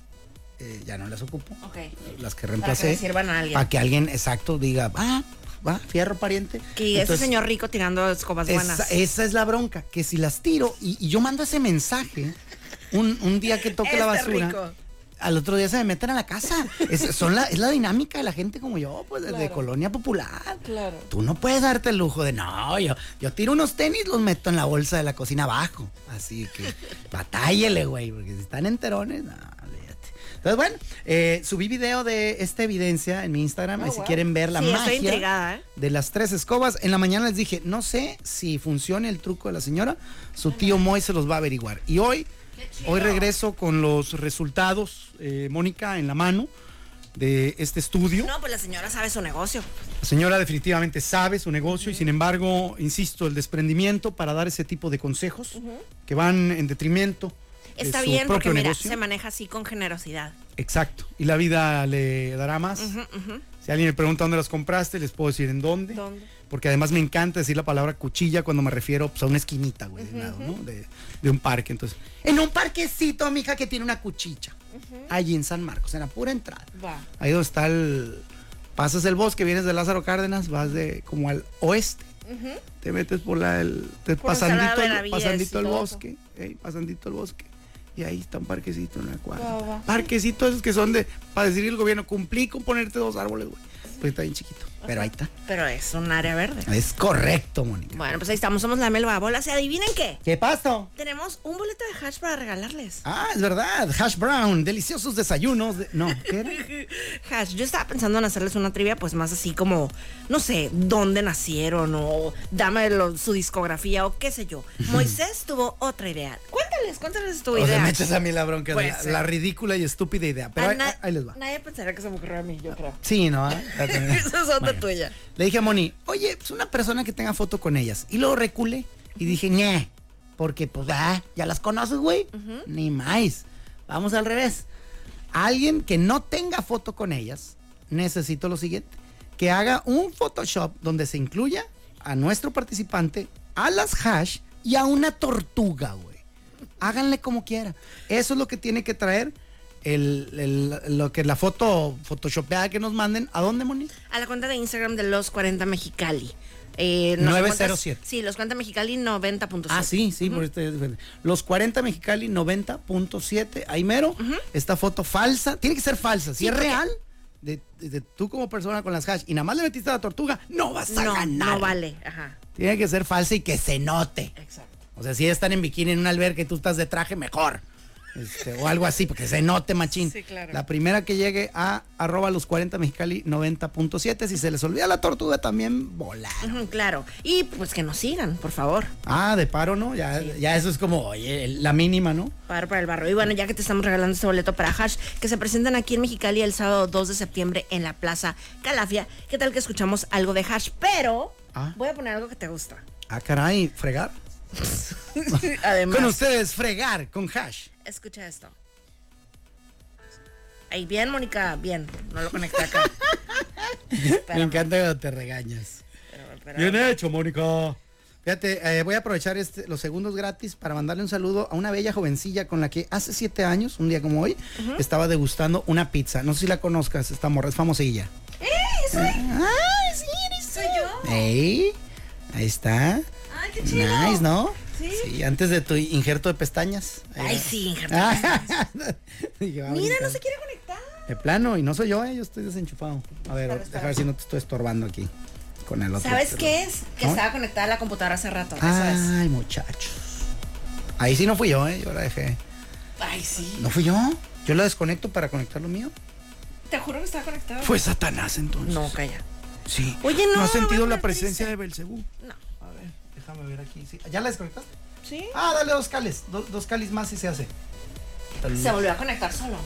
Speaker 2: Eh, ya no las ocupo.
Speaker 1: Ok.
Speaker 2: Las
Speaker 1: Para
Speaker 2: que
Speaker 1: que
Speaker 2: reemplacé.
Speaker 1: le sirvan a alguien.
Speaker 2: Para que alguien exacto diga, ah, va, fierro pariente.
Speaker 1: Que ese
Speaker 2: Entonces, eh,
Speaker 1: señor rico tirando escobas buenas.
Speaker 2: Esa, esa es la bronca, que si las tiro y, y yo mando ese mensaje
Speaker 3: un, un día que toque la
Speaker 1: Este
Speaker 3: basura.
Speaker 1: rico.
Speaker 3: Al otro día se me meten a la casa. Es, son la, es la dinámica de la gente como yo, pues de- de colonia popular.
Speaker 1: Claro.
Speaker 3: Tú no puedes darte el lujo de, no, yo, yo tiro unos tenis, los meto en la bolsa de la cocina abajo. Así que batállele, güey, porque si están enterones, no, olvídate. Entonces, bueno, eh, subí video de esta evidencia en mi Instagram, y si quieren ver la
Speaker 1: Oh, Sí, estoy
Speaker 3: magia
Speaker 1: intrigada, ¿eh?
Speaker 3: de las tres escobas. En la mañana les dije, no sé si funciona el truco de la señora, su tío Moy se los va a averiguar. Y hoy, hoy regreso con los resultados, eh, Mónica, en la mano de este estudio.
Speaker 1: No, pues la señora sabe su negocio.
Speaker 3: La señora definitivamente sabe su negocio y sin embargo, insisto, el desprendimiento para dar ese tipo de consejos que van en detrimento de
Speaker 1: Está
Speaker 3: su
Speaker 1: bien porque
Speaker 3: propio
Speaker 1: mira,
Speaker 3: negocio.
Speaker 1: se maneja así con generosidad.
Speaker 3: Exacto. Y la vida le dará más. Si alguien me pregunta dónde las compraste, les puedo decir en dónde.
Speaker 1: ¿Dónde?
Speaker 3: Porque además me encanta decir la palabra cuchilla cuando me refiero pues, a una esquinita, güey, de un lado, ¿no? De, de un parque. Entonces, en un parquecito, mija, que tiene una cuchilla. Allí en San Marcos, en la pura entrada.
Speaker 1: Va.
Speaker 3: Ahí donde está el. Pasas el bosque, vienes de Lázaro Cárdenas, vas de como al oeste. Te metes por la del. te-
Speaker 1: Por Ensenada
Speaker 3: pasandito el,
Speaker 1: Benavides
Speaker 3: pasandito
Speaker 1: y
Speaker 3: el
Speaker 1: todo
Speaker 3: bosque. ey, pasandito el bosque. Y ahí está un parquecito, una cuadra. Parquecitos esos que son de. Para decir el gobierno, cumplí con ponerte dos árboles, güey. Pues está bien chiquito. Pero ahí está.
Speaker 1: Pero es un área verde.
Speaker 3: Es correcto, Mónica.
Speaker 1: Bueno, pues ahí estamos, somos la Melba Bola. ¿Se adivinen qué?
Speaker 3: ¿Qué pasó?
Speaker 1: Tenemos un boleto de hash para regalarles.
Speaker 3: Ah, es verdad. Hash brown, deliciosos desayunos. de- No, ¿qué era?
Speaker 1: Hash, yo estaba pensando en hacerles una trivia, pues más así como, no sé, dónde nacieron o dame lo- su discografía o qué sé yo. Moisés tuvo otra idea. Cuéntales, cuéntales tu
Speaker 3: O sea,
Speaker 1: idea.
Speaker 3: me echas a mí la bronca de
Speaker 1: Puede
Speaker 3: la,
Speaker 1: ser.
Speaker 3: la ridícula y estúpida idea. Pero
Speaker 1: A
Speaker 3: ahí,
Speaker 1: na-
Speaker 3: ahí les va.
Speaker 1: Nadie pensaría que se me ocurrió a mí, yo creo. [LAUGHS]
Speaker 3: Sí, ¿no? Ah, ya tenía.
Speaker 1: Esa es otra
Speaker 3: Bueno.
Speaker 1: tuya.
Speaker 3: Le dije a Moni, oye, pues una persona que tenga foto con ellas. Y luego reculé y dije, ñe, porque pues ah, ya las conoces, güey. Ni más. Vamos al revés. Alguien que no tenga foto con ellas, necesito lo siguiente. Que haga un Photoshop donde se incluya a nuestro participante, a las hash y a una tortuga, güey. Háganle como quiera. Eso es lo que tiene que traer el, el- lo que la foto photoshopeada que nos manden. ¿A dónde, Moni?
Speaker 1: A la cuenta de Instagram de los 40 Mexicali. Eh, nos
Speaker 3: 907.
Speaker 1: encuentras- Sí, los 40 Mexicali 90.7.
Speaker 3: Ah, sí, sí, por este- los 40 Mexicali 90.7, ahí mero, esta foto falsa, tiene que ser falsa, si es
Speaker 1: porque-
Speaker 3: real, de, de- de tú como persona con las hash, y nada más le metiste a la tortuga, no vas a
Speaker 1: No,
Speaker 3: ganar.
Speaker 1: no vale. Ajá,
Speaker 3: Tiene que ser falsa y que se note.
Speaker 1: exacto.
Speaker 3: O sea, si ellas están en bikini en un alberca y tú estás de traje, mejor. Este, o algo así, porque se note, machín.
Speaker 1: Sí, claro.
Speaker 3: La primera que llegue a arroba los 40 Mexicali 90.7, si se les olvida la tortuga también, volar.
Speaker 1: Ujú, Claro. Y pues que nos sigan, por favor.
Speaker 3: Ah, de paro, ¿no? Ya, ya eso es como oye, la mínima, ¿no?
Speaker 1: Paro para el barro. Y bueno, ya que te estamos regalando este boleto para Hash, que se presentan aquí en Mexicali el sábado 2 de septiembre en la Plaza Calafia. ¿Qué tal que escuchamos algo de Hash? Pero
Speaker 3: Ah.
Speaker 1: voy a poner algo que te gusta.
Speaker 3: Ah, caray, fregar.
Speaker 1: [LAUGHS] Además,
Speaker 3: [LAUGHS] Con ustedes, fregar con hash.
Speaker 1: escucha esto. Ahí, bien, Mónica, bien. No lo conecté
Speaker 3: [LAUGHS]
Speaker 1: acá.
Speaker 3: Me encanta cuando te regañas.
Speaker 1: Pero, pero-
Speaker 3: Bien hecho, Mónica. Fíjate, eh, voy a aprovechar este- los segundos gratis para mandarle un saludo a una bella jovencilla con la que hace siete años, un día como hoy, estaba degustando una pizza. No sé si la conozcas, esta morra es famosilla.
Speaker 4: ¡Ay, sí, eres Soy yo.
Speaker 3: ¡Ey! Ahí está.
Speaker 4: ¡Ay, qué chido!
Speaker 3: Nice, ¿no?
Speaker 4: Sí.
Speaker 3: antes de tu injerto de pestañas. [LAUGHS]
Speaker 1: Ay, sí, injerto
Speaker 3: Ah,
Speaker 1: de
Speaker 3: Mira,
Speaker 4: No se quiere conectar.
Speaker 3: De plano, y no soy yo, eh, yo estoy desenchufado. A ver, a ver si no te estoy estorbando aquí con el otro.
Speaker 1: ¿Sabes
Speaker 3: Pero-
Speaker 1: qué es? Que
Speaker 3: ¿No?
Speaker 1: estaba conectada a la computadora hace rato. Eso es.
Speaker 3: Ay, muchachos. Ahí sí no fui yo, ¿eh? Yo la dejé.
Speaker 1: Ay, sí.
Speaker 3: ¿No fui yo? ¿Yo la desconecto para conectar lo mío?
Speaker 1: Te juro que estaba conectada.
Speaker 3: Fue Satanás entonces.
Speaker 1: No, calla.
Speaker 3: Sí.
Speaker 1: Oye, no,
Speaker 3: ¿No has sentido
Speaker 1: me
Speaker 3: la
Speaker 1: parece.
Speaker 3: presencia de Belcebú?
Speaker 1: No.
Speaker 3: A ver, déjame ver aquí. sí. ¿Ya la desconectaste?
Speaker 1: Sí.
Speaker 3: Ah, dale dos cales. do- dos cales más y se hace.
Speaker 1: Se volvió a conectar solo.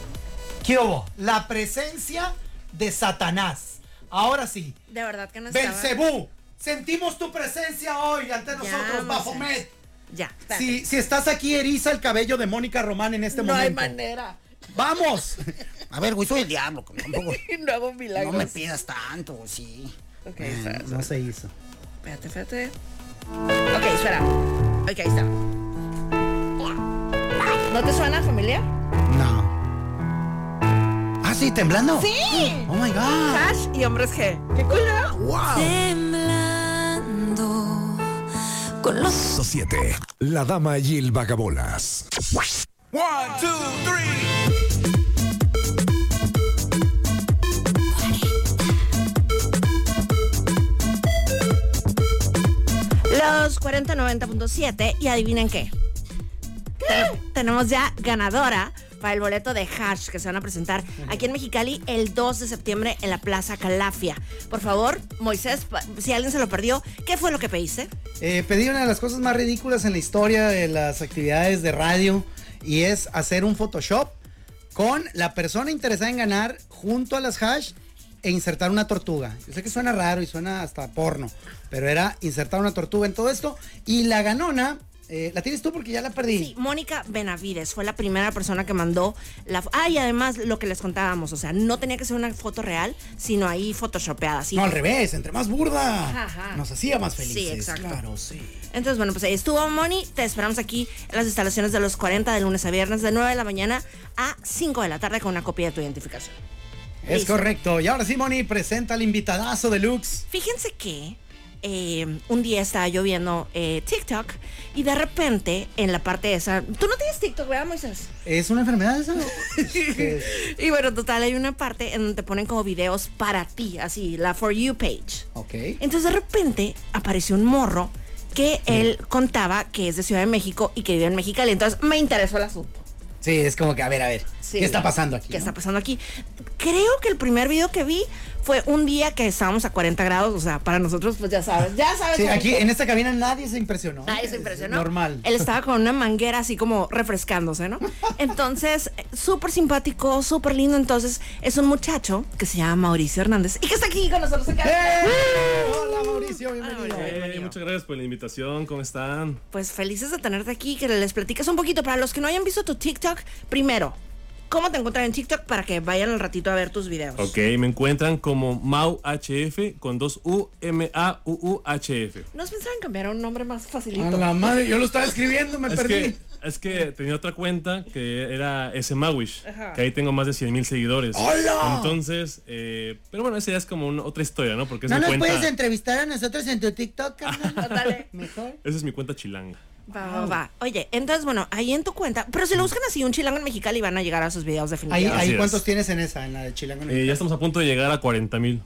Speaker 3: ¿Qué hubo? La presencia de Satanás. Ahora sí.
Speaker 1: De verdad que no estaba.
Speaker 3: Belcebú, sentimos tu presencia hoy ante nosotros,
Speaker 1: Moisés.
Speaker 3: Bafomet.
Speaker 1: Ya. espérate.
Speaker 3: Si, si estás aquí, eriza el cabello de Mónica Román en este
Speaker 1: no
Speaker 3: momento.
Speaker 1: hay manera.
Speaker 3: ¡Vamos! [LAUGHS]
Speaker 2: A ver, güey, soy el diablo, como tampoco.
Speaker 1: No hago milagros.
Speaker 2: No me pidas tanto, sí.
Speaker 1: Ok,
Speaker 3: Eh,
Speaker 1: espera,
Speaker 3: no se hizo.
Speaker 1: espérate, espérate. Ok, espera. Ok, ahí está. ¿No te suena, familia?
Speaker 3: No. Ah, sí, temblando.
Speaker 1: Sí.
Speaker 3: Oh my God.
Speaker 1: Cash y hombres G. ¡Qué culo!
Speaker 3: Wow.
Speaker 5: Siete. La dama y el vagabolas.
Speaker 6: One, two, three.
Speaker 1: Los 4090.7 y adivinen qué. Te- tenemos ya ganadora para el boleto de Hash que se van a presentar aquí en Mexicali el 2 de septiembre en la Plaza Calafia. Por favor, Moisés, pa- si alguien se lo perdió, ¿qué fue lo que pediste?
Speaker 3: Eh, pedí una de las cosas más ridículas en la historia de las actividades de radio y es hacer un Photoshop con la persona interesada en ganar junto a las hash e insertar una tortuga. Yo sé que suena raro y suena hasta porno, pero era insertar una tortuga en todo esto y la ganona eh, la tienes tú porque ya la perdí.
Speaker 1: Sí, Mónica Benavides fue la primera persona que mandó la... fo- Ah, y además lo que les contábamos, o sea, no tenía que ser una foto real, sino ahí photoshopeada. así.
Speaker 3: No, al revés, entre más burda
Speaker 1: Ajá, ajá.
Speaker 3: nos hacía más
Speaker 1: Sí,
Speaker 3: felices.
Speaker 1: exacto.
Speaker 3: Claro, sí.
Speaker 1: Entonces, bueno, pues ahí estuvo Moni. Te esperamos aquí en las instalaciones de los 40 de lunes a viernes de 9 de la mañana a 5 de la tarde con una copia de tu identificación.
Speaker 3: Es
Speaker 1: Listo.
Speaker 3: correcto. Y ahora sí, Moni, presenta al invitadazo deluxe.
Speaker 1: Fíjense que eh, un día estaba yo viendo eh, TikTok y de repente en la parte esa... Tú no tienes TikTok, ¿verdad, Moisés?
Speaker 3: ¿Es una enfermedad esa? ¿Qué es?
Speaker 1: Y bueno, total, hay una parte en donde te ponen como videos para ti, así, la For You page.
Speaker 3: ok.
Speaker 1: Entonces de repente apareció un morro que él contaba que es de Ciudad de México y que vive en Mexicali. Entonces me interesó el asunto.
Speaker 3: Sí, es como que, a ver, a ver.
Speaker 1: Sí.
Speaker 3: ¿Qué está pasando aquí?
Speaker 1: ¿Qué
Speaker 3: no?
Speaker 1: está pasando aquí? Creo que el primer video que vi fue un día que estábamos a 40 grados, o sea, para nosotros, pues ya sabes, ya sabes.
Speaker 3: Sí,
Speaker 1: cómo
Speaker 3: aquí
Speaker 1: fue.
Speaker 3: en esta cabina nadie se impresionó.
Speaker 1: Nadie se
Speaker 3: Es
Speaker 1: impresionó.
Speaker 3: Normal.
Speaker 1: Él estaba con una manguera así como refrescándose,
Speaker 3: [LAUGHS]
Speaker 1: ¿no? Entonces, eh, súper simpático, súper lindo. Entonces, es un muchacho que se llama Mauricio Hernández y que está aquí con nosotros acá.
Speaker 3: ¡Eh! Hola Mauricio, bienvenido.
Speaker 1: Mauricio.
Speaker 7: Hey,
Speaker 1: Bienvenido.
Speaker 7: Eh, muchas gracias por la invitación, ¿cómo están?
Speaker 1: Pues felices de tenerte aquí, que les platiques un poquito. Para los que no hayan visto tu TikTok, primero, ¿cómo te encuentran en TikTok para que vayan al ratito a ver tus videos?
Speaker 7: Ok, me encuentran como MauHF con dos U, M, A, U, U, H, F.
Speaker 1: ¿Nos pensaban cambiar a un nombre más
Speaker 3: A
Speaker 1: facilito?
Speaker 3: la madre, yo lo estaba escribiendo, me
Speaker 7: Es
Speaker 3: perdí.
Speaker 7: que, es que tenía otra cuenta que era S. Mawish, que ahí tengo más de 100 mil seguidores.
Speaker 3: ¡Hola!
Speaker 7: Entonces, eh, pero bueno, esa ya es como una- otra historia, ¿no? Porque es
Speaker 3: ¿No
Speaker 7: mi
Speaker 3: nos
Speaker 7: cuenta.
Speaker 3: puedes entrevistar a nosotros en tu
Speaker 7: [LAUGHS]
Speaker 3: TikTok, carnal?
Speaker 1: Ah, Dale.
Speaker 3: Mejor.
Speaker 7: Esa es mi cuenta chilanga.
Speaker 1: Va, va, va. Oye, entonces, bueno, ahí en tu cuenta, pero si lo buscan así, un chilango en Mexicali, van a llegar a sus videos
Speaker 3: Ahí,
Speaker 1: definitivamente.
Speaker 7: Así
Speaker 3: ahí
Speaker 7: es.
Speaker 3: ¿cuántos tienes en esa, en la de Chilango?
Speaker 7: Eh, ya estamos a punto de llegar a 40 mil.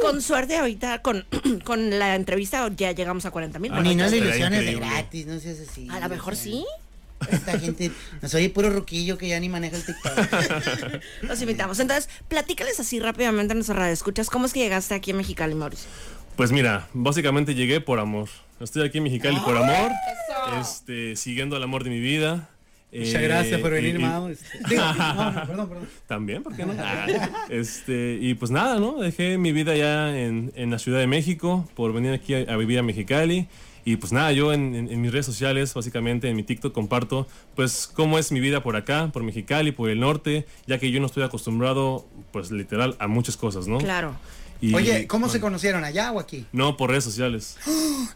Speaker 1: Con suerte, ahorita con, [CLEARS THROAT] con la entrevista ya llegamos a 40 mil.
Speaker 7: Ah,
Speaker 3: Ni no le
Speaker 7: Estaría
Speaker 3: ilusiones de
Speaker 7: increíble.
Speaker 3: gratis, no seas así.
Speaker 1: a lo mejor sí.
Speaker 3: Esta gente, nos oye puro ruquillo que ya ni maneja el
Speaker 1: [LAUGHS]
Speaker 3: TikTok.
Speaker 1: Los invitamos. Entonces, platícales así rápidamente a nuestra radio. Escuchas, ¿cómo es que llegaste aquí a Mexicali, Mauricio?
Speaker 7: Pues mira, básicamente llegué por amor. Estoy aquí en Mexicali por
Speaker 3: Ah,
Speaker 7: amor. Este, siguiendo el amor de mi vida.
Speaker 3: Muchas
Speaker 7: Eh,
Speaker 3: gracias por
Speaker 7: y-
Speaker 3: venir,
Speaker 7: y-
Speaker 3: Mau. este. [LAUGHS] Digo, no, no, perdón, perdón.
Speaker 7: También, ¿por qué no? Ah, este, y pues nada, ¿no? Dejé mi vida allá en, en la Ciudad de México por venir aquí a, a vivir a Mexicali. Y pues nada, yo en, en- en mis redes sociales, básicamente en mi TikTok, comparto pues cómo es mi vida por acá, por Mexicali, por el norte, ya que yo no estoy acostumbrado, pues literal, a muchas cosas, ¿no?
Speaker 1: Claro.
Speaker 7: Y-
Speaker 3: Oye, ¿cómo se
Speaker 7: bueno,
Speaker 3: conocieron? ¿Allá o aquí?
Speaker 7: No, por redes sociales.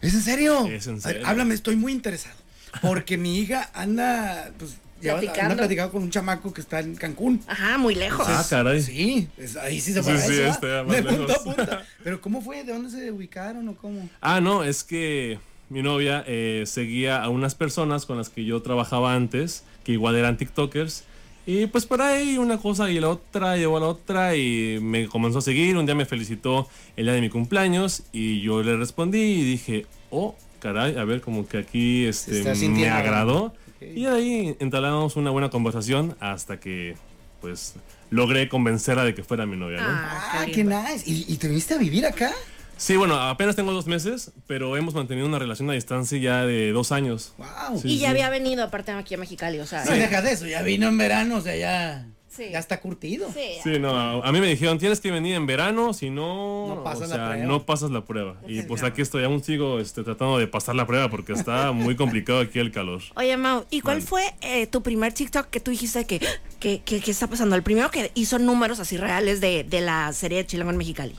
Speaker 3: ¿Es en serio?
Speaker 7: Es en
Speaker 3: A-
Speaker 7: serio.
Speaker 3: Háblame, estoy muy interesado. Porque mi hija anda, pues, lleva-
Speaker 1: Platicando.
Speaker 3: anda platicando con un chamaco que está en Cancún.
Speaker 1: Ajá, muy lejos.
Speaker 7: [GASPS] Ah, caray.
Speaker 3: Sí, es- ahí sí este, se
Speaker 7: Sí,
Speaker 3: fue.
Speaker 7: sí, está más
Speaker 3: De punta a
Speaker 7: lejos.
Speaker 3: [LAUGHS] punta. Pero ¿cómo fue? ¿De dónde se ubicaron o cómo?
Speaker 7: Ah, no, es que mi novia eh, seguía a unas personas con las que yo trabajaba antes, que igual eran TikTokers. Y pues por ahí una cosa y la otra llevó a la otra y me comenzó a seguir. Un día me felicitó el día de mi cumpleaños y yo le respondí y dije, oh, caray, a ver, como que aquí este,
Speaker 3: está
Speaker 7: me
Speaker 3: sintiendo.
Speaker 7: agradó.
Speaker 3: Ok.
Speaker 7: Y de ahí entablamos una buena conversación hasta que pues logré convencerla de que fuera mi novia, ¿no?
Speaker 1: Ah,
Speaker 3: Ah,
Speaker 1: qué
Speaker 3: qué
Speaker 1: lindo.
Speaker 3: nice. ¿Y, y te viniste a vivir acá?
Speaker 7: Sí, bueno, apenas tengo dos meses, pero hemos mantenido una relación a distancia ya de dos años.
Speaker 3: Wow.
Speaker 7: Sí.
Speaker 1: Y ya había venido aparte aquí a Mexicali, o sea.
Speaker 3: No, deja de eso, ya vino en verano, o sea, ya,
Speaker 1: Sí.
Speaker 3: ya está curtido.
Speaker 1: sí.
Speaker 7: Sí, no, a a mí me dijeron, tienes que venir en verano, si no,
Speaker 3: No pasas
Speaker 7: o sea,
Speaker 3: la prueba".
Speaker 7: no pasas la prueba. Y pues aquí estoy, aún sigo este, tratando de pasar la prueba porque está muy complicado aquí
Speaker 1: [LAUGHS]
Speaker 7: el calor.
Speaker 1: Oye, Mau, ¿y cuál
Speaker 7: Vale.
Speaker 1: fue eh, tu primer TikTok que tú dijiste que, que, que- que está pasando? El primero que hizo números así reales de, de la serie de Chilango en Mexicali.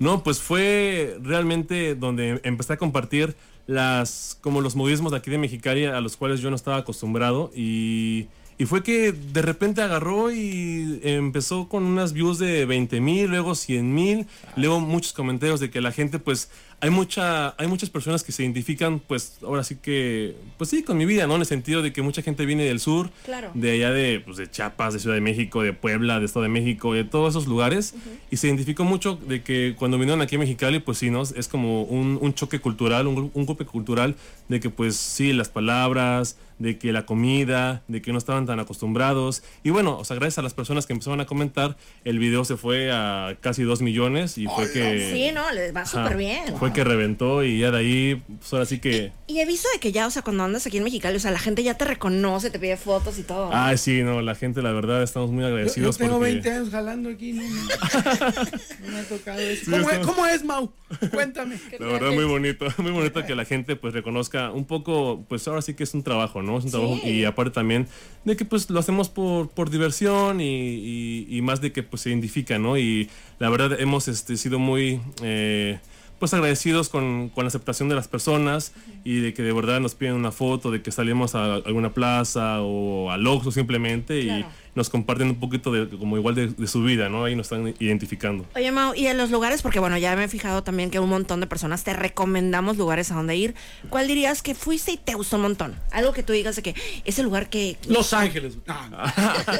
Speaker 7: No, pues fue realmente donde empecé a compartir las como los modismos de aquí de Mexicali a los cuales yo no estaba acostumbrado y, y fue que de repente agarró y empezó con unas views de 20 mil, luego 100 mil, luego muchos comentarios de que la gente pues hay, mucha, hay muchas personas que se identifican, pues ahora sí que, pues sí, con mi vida, ¿no? En el sentido de que mucha gente viene del sur,
Speaker 1: Claro.
Speaker 7: de allá de, pues, de Chiapas, de Ciudad de México, de Puebla, de Estado de México, de todos esos lugares, y se identificó mucho de que cuando vinieron aquí a Mexicali, pues sí, ¿no? Es como un, un choque cultural, un, gru- un golpe cultural, de que pues sí, las palabras, de que la comida, de que no estaban tan acostumbrados. Y bueno, o sea, gracias a las personas que empezaron a comentar, el video se fue a casi 2 millones y fue que...
Speaker 1: Sí, no, les va
Speaker 7: Ajá.
Speaker 1: súper bien.
Speaker 7: Fue que reventó y ya de ahí, pues ahora sí que.
Speaker 1: Y he visto de que ya, o sea, cuando andas aquí en Mexicali, o sea, la gente ya te reconoce, te pide fotos y todo. ¿no?
Speaker 7: Ah, sí, no, la gente, la verdad, estamos muy
Speaker 3: Yo, yo
Speaker 7: agradecidos
Speaker 3: tengo
Speaker 7: porque.
Speaker 3: 20 años jalando aquí, no, no. No me ha tocado eso.
Speaker 7: Sí,
Speaker 3: ¿Cómo, es,
Speaker 7: estamos-
Speaker 3: cómo es, Mau? Cuéntame. ¿Qué
Speaker 7: La verdad, muy bonito, [LAUGHS] muy bonito que la gente pues reconozca un poco, pues ahora sí que es un trabajo, ¿no? Es un trabajo y aparte también de que pues lo hacemos por, por diversión y, y- y más de que pues se identifica, ¿no? Y la verdad hemos este, sido muy eh, pues agradecidos con, con la aceptación de las personas y de que de verdad nos piden una foto, de que salimos a alguna plaza o al Oxxo simplemente y nos comparten un poquito de como igual de, de su vida, ¿no? Ahí nos están identificando.
Speaker 1: Oye, Mau, y en los lugares, porque bueno, ya me he fijado también que un montón de personas te recomendamos lugares a donde ir. ¿Cuál dirías que fuiste y te gustó un montón? Algo que tú digas de que ese lugar que.
Speaker 7: Eh,
Speaker 3: Los Ángeles. güey. No, no.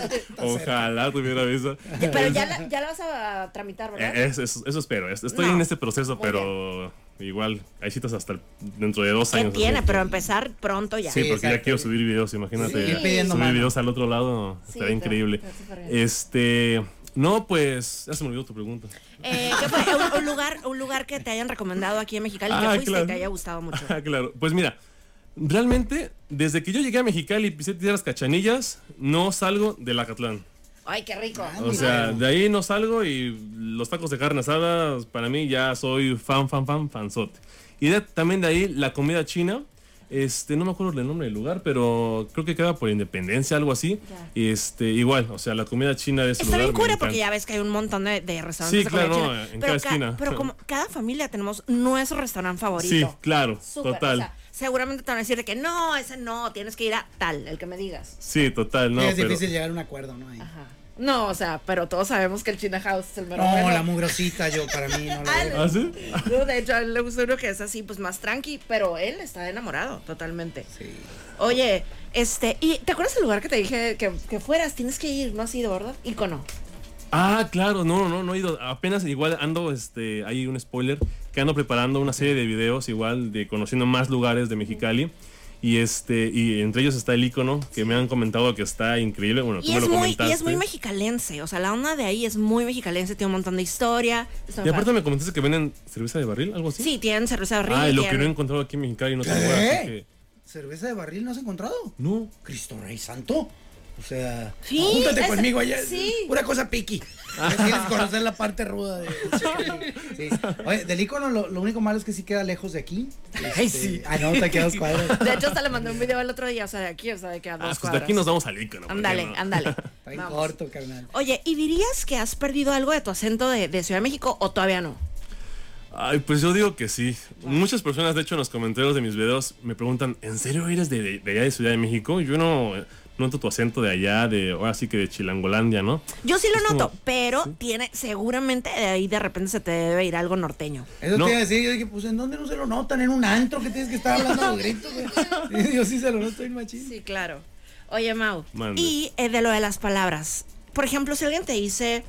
Speaker 7: [LAUGHS] Ojalá tuviera eso.
Speaker 1: Pero ya la, ya la vas a tramitar, ¿verdad?
Speaker 7: Eh, es- es- eso espero. es- Estoy
Speaker 1: No.
Speaker 7: en este proceso,
Speaker 1: Muy
Speaker 7: pero igual hay citas hasta el- dentro de dos
Speaker 1: ¿Qué
Speaker 7: años.
Speaker 1: tiene?
Speaker 7: así.
Speaker 1: Pero empezar pronto ya.
Speaker 7: Sí,
Speaker 3: Sí,
Speaker 7: porque ya
Speaker 3: exacto.
Speaker 7: quiero subir videos, imagínate.
Speaker 3: Sí,
Speaker 7: subir
Speaker 3: pidiendo mano.
Speaker 7: videos al otro lado estaría
Speaker 1: pero-
Speaker 7: increíble.
Speaker 1: pero súper bien.
Speaker 7: Este, no, pues, ya se me olvidó tu pregunta.
Speaker 1: Eh, ¿qué fue? Un, un lugar, un lugar que te hayan recomendado aquí en Mexicali que fuiste y te haya gustado
Speaker 7: [LAUGHS]
Speaker 1: mucho.
Speaker 7: Ah, claro. Pues mira, realmente desde que yo llegué a Mexicali y pisé tierras cachanillas, no salgo del Acatlán.
Speaker 1: Ay, qué rico.
Speaker 7: O sea, de ahí no salgo y los tacos de carne asada, para mí ya soy fan, fan, fan, fanzote. Y de- también de ahí la comida china. Este, no me acuerdo el nombre del lugar, pero creo que queda por Independencia, algo así. Y este, igual, o sea, la comida china de ese
Speaker 1: Está
Speaker 7: lugar.
Speaker 1: bien
Speaker 7: me
Speaker 1: cura porque
Speaker 7: encanta.
Speaker 1: ya ves que hay un montón de, de restaurantes de
Speaker 7: Sí,
Speaker 1: comida
Speaker 7: claro, no,
Speaker 1: china. pero
Speaker 7: en cada esquina.
Speaker 1: pero como cada familia tenemos nuestro restaurante favorito.
Speaker 7: Sí, claro,
Speaker 1: Súper,
Speaker 7: total.
Speaker 1: o sea, seguramente te van a decir de que no, ese no, tienes que ir a tal, el que me digas.
Speaker 7: sí, total, no,
Speaker 3: es
Speaker 7: pero
Speaker 3: difícil llegar a un acuerdo, ¿no? Ahí.
Speaker 1: Ajá. No, o sea, pero todos sabemos que el China House es el mejor.
Speaker 3: No, la mugrosita yo para mí no la veo.
Speaker 7: ¿Ah, sí?
Speaker 1: de hecho, a él le gusta uno que es así, pues más tranqui, pero él está enamorado totalmente.
Speaker 3: Sí.
Speaker 1: Oye, este, ¿y te acuerdas el lugar que te dije que, que fueras? Tienes que ir, no has ido, ¿verdad? Icono.
Speaker 7: Ah, claro, no, no, no he ido. Apenas igual ando, este, hay un spoiler, que ando preparando una serie de videos igual de conociendo más lugares de Mexicali. Y este, y entre ellos está el icono, que me han comentado que está increíble. Bueno, tú
Speaker 1: Y
Speaker 7: me
Speaker 1: es,
Speaker 7: lo
Speaker 1: muy,
Speaker 7: comentaste.
Speaker 1: y es muy mexicalense, o sea, la onda de ahí es muy mexicalense, tiene un montón de historia. está
Speaker 7: Y aparte
Speaker 1: padre.
Speaker 7: me comentaste que venden cerveza de barril, algo así.
Speaker 1: Sí, tienen cerveza horrible.
Speaker 7: Ah, y lo que no he encontrado aquí en Mexicali no tengo así que.
Speaker 3: ¿Cerveza de barril no has encontrado?
Speaker 7: No.
Speaker 3: Cristo Rey Santo. O sea,
Speaker 1: Sí,
Speaker 3: júntate
Speaker 1: esa-
Speaker 3: conmigo allá.
Speaker 1: sí.
Speaker 3: Pura cosa piqui. Quieres conocer la parte ruda de. Sí. Oye, del icono lo, lo único malo es que sí queda lejos de aquí. Ay, sí. Ah, no, te quedas cuadras.
Speaker 1: De hecho, hasta le mandé un video el otro día, o sea, de aquí, o sea, de que a
Speaker 7: Ah,
Speaker 1: dos
Speaker 7: pues de aquí nos
Speaker 1: cuadras.
Speaker 7: vamos al icono. ¿por qué
Speaker 1: Ándale,
Speaker 7: no? [LAUGHS]
Speaker 1: ándale.
Speaker 3: Está bien
Speaker 1: Vamos.
Speaker 3: corto, carnal.
Speaker 1: Oye, ¿y dirías que has perdido algo de tu acento de, de Ciudad de México o todavía no?
Speaker 7: Ay, pues yo digo que sí. Muchas personas, de hecho, en los comentarios de mis videos me preguntan, ¿en serio eres de, de- de allá de Ciudad de México? Yo no noto tu acento de allá, de ahora sí que de Chilangolandia, ¿no?
Speaker 1: Yo sí lo
Speaker 7: Es
Speaker 1: noto,
Speaker 7: como-
Speaker 1: pero tiene, seguramente de ahí de repente se te debe ir algo norteño.
Speaker 3: Eso
Speaker 7: No.
Speaker 3: te iba a decir, yo dije, pues en dónde no se lo notan, en un antro que tienes que estar hablando a los gritos, güey. Yo sí se lo noto en machín.
Speaker 1: Sí, claro. Oye, Mau,
Speaker 7: Mande.
Speaker 1: y eh, de lo de las palabras. Por ejemplo, si alguien te dice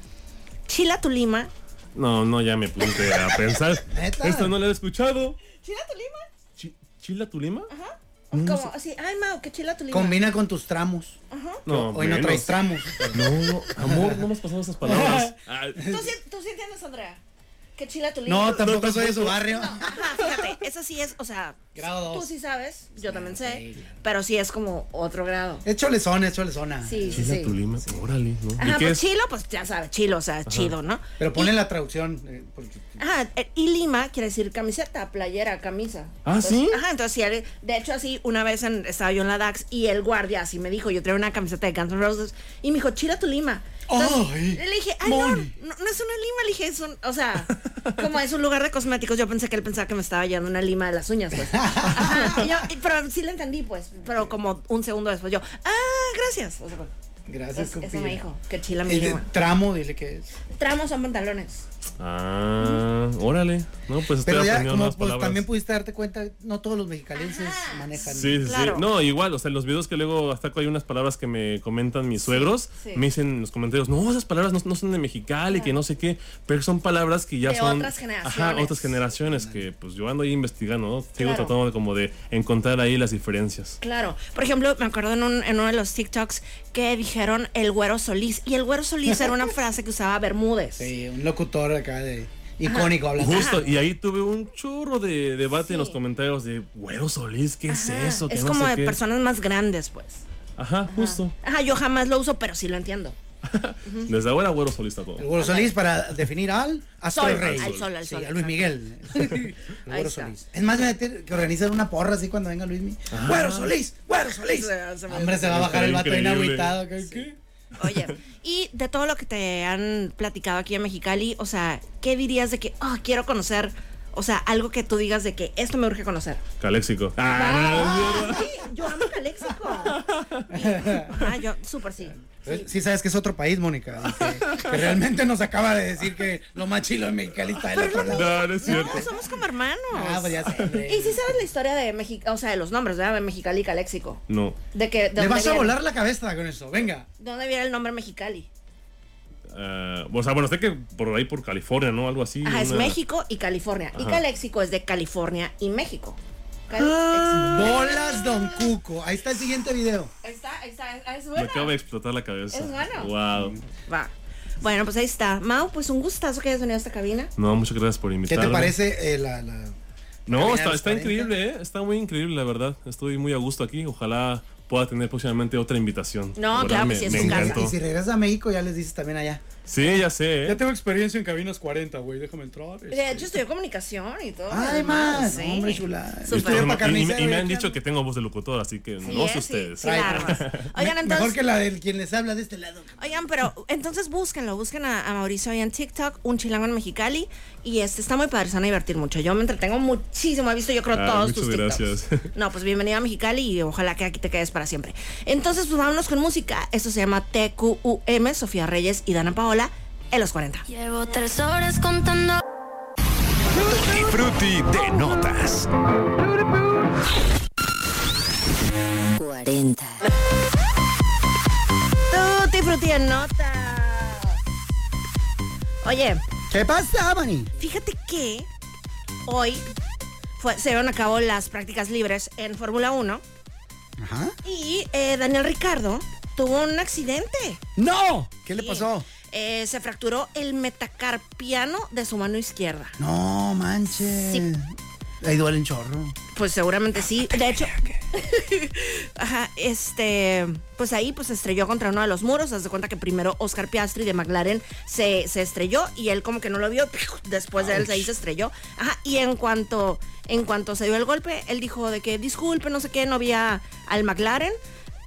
Speaker 1: chila tu lima.
Speaker 7: No, no, ya me puse a pensar.
Speaker 3: ¿Neta?
Speaker 7: Esto no lo he escuchado.
Speaker 1: ¿Chila tu lima?
Speaker 7: Chi- ¿Chila Tulima?
Speaker 1: Ajá. Como así, ay, Mau, qué chila tu lima.
Speaker 3: Combina con tus tramos.
Speaker 7: No,
Speaker 3: Hoy no
Speaker 7: menos.
Speaker 3: traes tramos.
Speaker 7: No, amor, no hemos pasado esas palabras. Ah,
Speaker 1: ¿Tú, sí, tú sí entiendes, Andrea. Qué chila tu lima.
Speaker 3: No, tampoco soy de su barrio.
Speaker 1: Ajá, fíjate, esa sí es, o sea,
Speaker 3: Grado
Speaker 1: tú
Speaker 3: dos.
Speaker 1: sí sabes, yo también sé,
Speaker 3: sí, claro.
Speaker 1: pero sí es como otro grado.
Speaker 3: Échale zona, échale zona.
Speaker 1: Sí, sí,
Speaker 7: Chila
Speaker 1: sí.
Speaker 7: Tulima, órale. ¿no? ¿Y
Speaker 1: Ajá,
Speaker 7: qué
Speaker 1: pues
Speaker 7: es?
Speaker 1: chilo, pues ya sabes, chilo, o sea, chido, ¿no?
Speaker 3: Pero ponle la traducción. eh, porque-
Speaker 1: Ajá, eh, y Lima quiere decir camiseta, playera, camisa.
Speaker 7: Ah,
Speaker 1: Entonces,
Speaker 7: ¿sí?
Speaker 1: Ajá, entonces, sí, él- de hecho, así, una vez en- estaba yo en la DAX y el guardia así me dijo, yo traía una camiseta de Guns N' Roses y me dijo, chila tu Lima. Entonces,
Speaker 3: Ay,
Speaker 1: le dije, ay, no, no, no
Speaker 3: Moni.
Speaker 1: es una lima, le dije, es un, o sea, como es un lugar de cosméticos, yo pensé que él pensaba que me estaba llevando una lima de las uñas, pues. Ajá, y yo- y- pero sí le entendí, pues, pero como un segundo después yo, ah, gracias. O sea,
Speaker 2: Gracias,
Speaker 1: Eso, eso
Speaker 2: Cupira.
Speaker 1: me dijo, que chila mi
Speaker 2: El de-
Speaker 1: lengua.
Speaker 2: tramo, dile que es.
Speaker 1: Tramos son pantalones.
Speaker 7: Ah, órale. No, pues estoy
Speaker 2: Pero ya,
Speaker 7: aprendiendo
Speaker 2: como
Speaker 7: nuevas
Speaker 2: pues,
Speaker 7: palabras.
Speaker 2: también pudiste darte cuenta, no todos los mexicalenses manejan.
Speaker 7: Sí, sí, sí.
Speaker 1: Claro.
Speaker 7: No, igual, o sea, los videos que luego destaco hay unas palabras que me comentan mis suegros,
Speaker 1: sí.
Speaker 7: me dicen en los comentarios, no, esas palabras no, no son de Mexicali, que no sé qué, pero son palabras que ya
Speaker 1: De
Speaker 7: son...
Speaker 1: otras generaciones.
Speaker 7: Ajá, otras generaciones que pues yo ando ahí investigando, ¿no? Sigo
Speaker 1: Claro.
Speaker 7: tratando de como de encontrar ahí las diferencias.
Speaker 1: Claro. Por ejemplo, me acuerdo en, un- en uno de los TikToks que dijeron el güero Solís. Y el güero Solís era
Speaker 7: [LAUGHS]
Speaker 1: una frase que usaba Bermúdez.
Speaker 2: Sí, este, un locutor acá de icónico hablando.
Speaker 7: Justo, y ahí tuve un chorro de debate en los comentarios de, güero Solís, ¿qué es
Speaker 1: Ajá,
Speaker 7: eso? Que
Speaker 1: es
Speaker 7: no
Speaker 1: como
Speaker 7: sé
Speaker 1: de
Speaker 7: qué".
Speaker 1: personas más grandes, pues.
Speaker 7: Ajá, justo.
Speaker 1: Ajá, yo jamás lo uso, pero sí lo entiendo.
Speaker 7: Desde ahora, güero Solís está todo.
Speaker 1: Ah,
Speaker 2: El Güero Solís para definir al Astro
Speaker 1: Sol,
Speaker 2: el Rey.
Speaker 1: al sol, al
Speaker 2: Sí,
Speaker 1: sol,
Speaker 2: a Luis
Speaker 1: exacto. [LAUGHS]
Speaker 2: Miguel. El
Speaker 1: Ahí
Speaker 2: Güero
Speaker 1: está.
Speaker 2: Solís. Es más, voy a meter que organizan una porra así cuando venga Luis Miguel. Güero Solís, Güero Solís.
Speaker 1: Se- se me-
Speaker 2: Hombre, se va a bajar el vato
Speaker 7: Increíble.
Speaker 2: inaguitado. ¿Qué? qué?
Speaker 1: Oye, y de todo lo que te han platicado aquí en Mexicali, o sea, ¿qué dirías de que, oh, quiero conocer? O sea, algo que tú digas de que esto me urge conocer.
Speaker 7: Caléxico. Ah,
Speaker 1: Sí, yo amo
Speaker 7: [LAUGHS]
Speaker 1: Caléxico. Ah, yo, súper sí.
Speaker 2: Sí sabes que es otro país, Mónica. y Que,
Speaker 1: [LAUGHS]
Speaker 2: que realmente nos acaba de decir que lo más chilo en Mexicali está del otro lado.
Speaker 7: No, no es cierto.
Speaker 1: No, somos como hermanos.
Speaker 2: Ah, pues ya sé.
Speaker 1: Y sí sabes la historia de México, o sea, de los nombres, ¿verdad? De Mexicali y Caléxico.
Speaker 7: No.
Speaker 1: De que, de
Speaker 2: Le
Speaker 1: dónde
Speaker 2: vas a
Speaker 1: viene-
Speaker 2: volar la cabeza con eso. Venga.
Speaker 1: ¿De dónde viene el nombre Mexicali?
Speaker 7: Ah, o sea, bueno, sé que por ahí por California, ¿no? Algo así.
Speaker 1: Ajá, Ah, es
Speaker 7: una-
Speaker 1: México y California. Y
Speaker 7: Ajá.
Speaker 1: Caléxico es de California y México. Cal-
Speaker 2: Ah, Bolas Don Cuco. Ahí está el siguiente video.
Speaker 1: Ahí está, ahí está, es- es
Speaker 7: Me
Speaker 1: buena.
Speaker 7: acaba de explotar la cabeza.
Speaker 1: Es bueno.
Speaker 7: Wow.
Speaker 1: Va. Bueno, pues ahí está. Mau, pues un gustazo que hayas venido a esta cabina.
Speaker 7: No, muchas gracias por
Speaker 2: ¿Qué
Speaker 7: invitarme.
Speaker 2: te parece eh, la- la
Speaker 7: No,
Speaker 2: Caminar
Speaker 7: está,
Speaker 2: los
Speaker 7: está
Speaker 2: 40.
Speaker 7: increíble, ¿eh? Está muy increíble, la verdad. Estoy muy a gusto aquí. Ojalá pueda tener próximamente otra invitación.
Speaker 1: No,
Speaker 7: La verdad,
Speaker 1: claro que
Speaker 7: me,
Speaker 1: sí, es
Speaker 7: me
Speaker 1: tu casa.
Speaker 7: encantó.
Speaker 2: Y si regresas a México, ya les dices también allá.
Speaker 7: Sí, ya sé. ¿eh?
Speaker 3: Ya tengo experiencia en cabinas 40, güey. Déjame entrar.
Speaker 7: Este,
Speaker 3: este.
Speaker 1: De hecho, estudió comunicación y todo.
Speaker 2: Ay,
Speaker 1: además,
Speaker 2: más.
Speaker 1: Oh, sí.
Speaker 2: Hombre, chulada.
Speaker 1: Súper.
Speaker 7: Ustedes
Speaker 2: Estudió
Speaker 7: no-
Speaker 2: para
Speaker 7: y- y, me-
Speaker 2: carnicero,
Speaker 7: y me han
Speaker 2: ya.
Speaker 7: dicho que tengo voz de locutor, así que
Speaker 1: Sí,
Speaker 7: no
Speaker 1: eh,
Speaker 7: sé
Speaker 1: sí,
Speaker 7: ustedes.
Speaker 1: sí, la
Speaker 7: [LAUGHS]
Speaker 1: armas. Oigan,
Speaker 2: Me-
Speaker 1: entonces.
Speaker 2: Mejor que la del quien les habla de este lado.
Speaker 1: Oigan, pero entonces búsquenlo, busquen a, a Mauricio ahí en TikTok, un chilango en Mexicali, y este está muy padre, se van a divertir mucho. Yo me entretengo muchísimo, he visto yo creo
Speaker 7: Ah,
Speaker 1: todos
Speaker 7: muchas
Speaker 1: tus TikToks.
Speaker 7: gracias.
Speaker 1: No, pues bienvenido a Mexicali y ojalá que aquí te quedes para siempre. Entonces, pues vámonos con música. Esto se llama TQUM, Sofía Reyes y Dana Paola en los 40.
Speaker 8: Llevo tres horas contando.
Speaker 5: Tutti Frutti de notas.
Speaker 8: 40.
Speaker 1: Tutti frutti en nota. Oye,
Speaker 2: ¿Qué pasa, Mani?
Speaker 1: fíjate que hoy fue- se llevaron a cabo las prácticas libres en Fórmula 1.
Speaker 2: Ajá.
Speaker 1: Y eh, Daniel Ricardo tuvo un accidente.
Speaker 2: ¡No! ¿Qué le
Speaker 1: Sí.
Speaker 2: pasó?
Speaker 1: Eh, se fracturó el metacarpiano de su mano izquierda.
Speaker 2: No, manches.
Speaker 1: Sí.
Speaker 2: Ahí duele un chorro.
Speaker 1: Pues seguramente sí.
Speaker 2: Ah,
Speaker 1: De hecho, [LAUGHS] ajá, este, pues ahí pues se estrelló contra uno de los muros. Haz de cuenta que primero Oscar Piastri de McLaren se, se estrelló y él como que no lo vio. [LAUGHS] Después de él ahí se estrelló. Ajá, y en cuanto, en cuanto se dio el golpe, él dijo de que disculpe, no sé qué, no había al McLaren.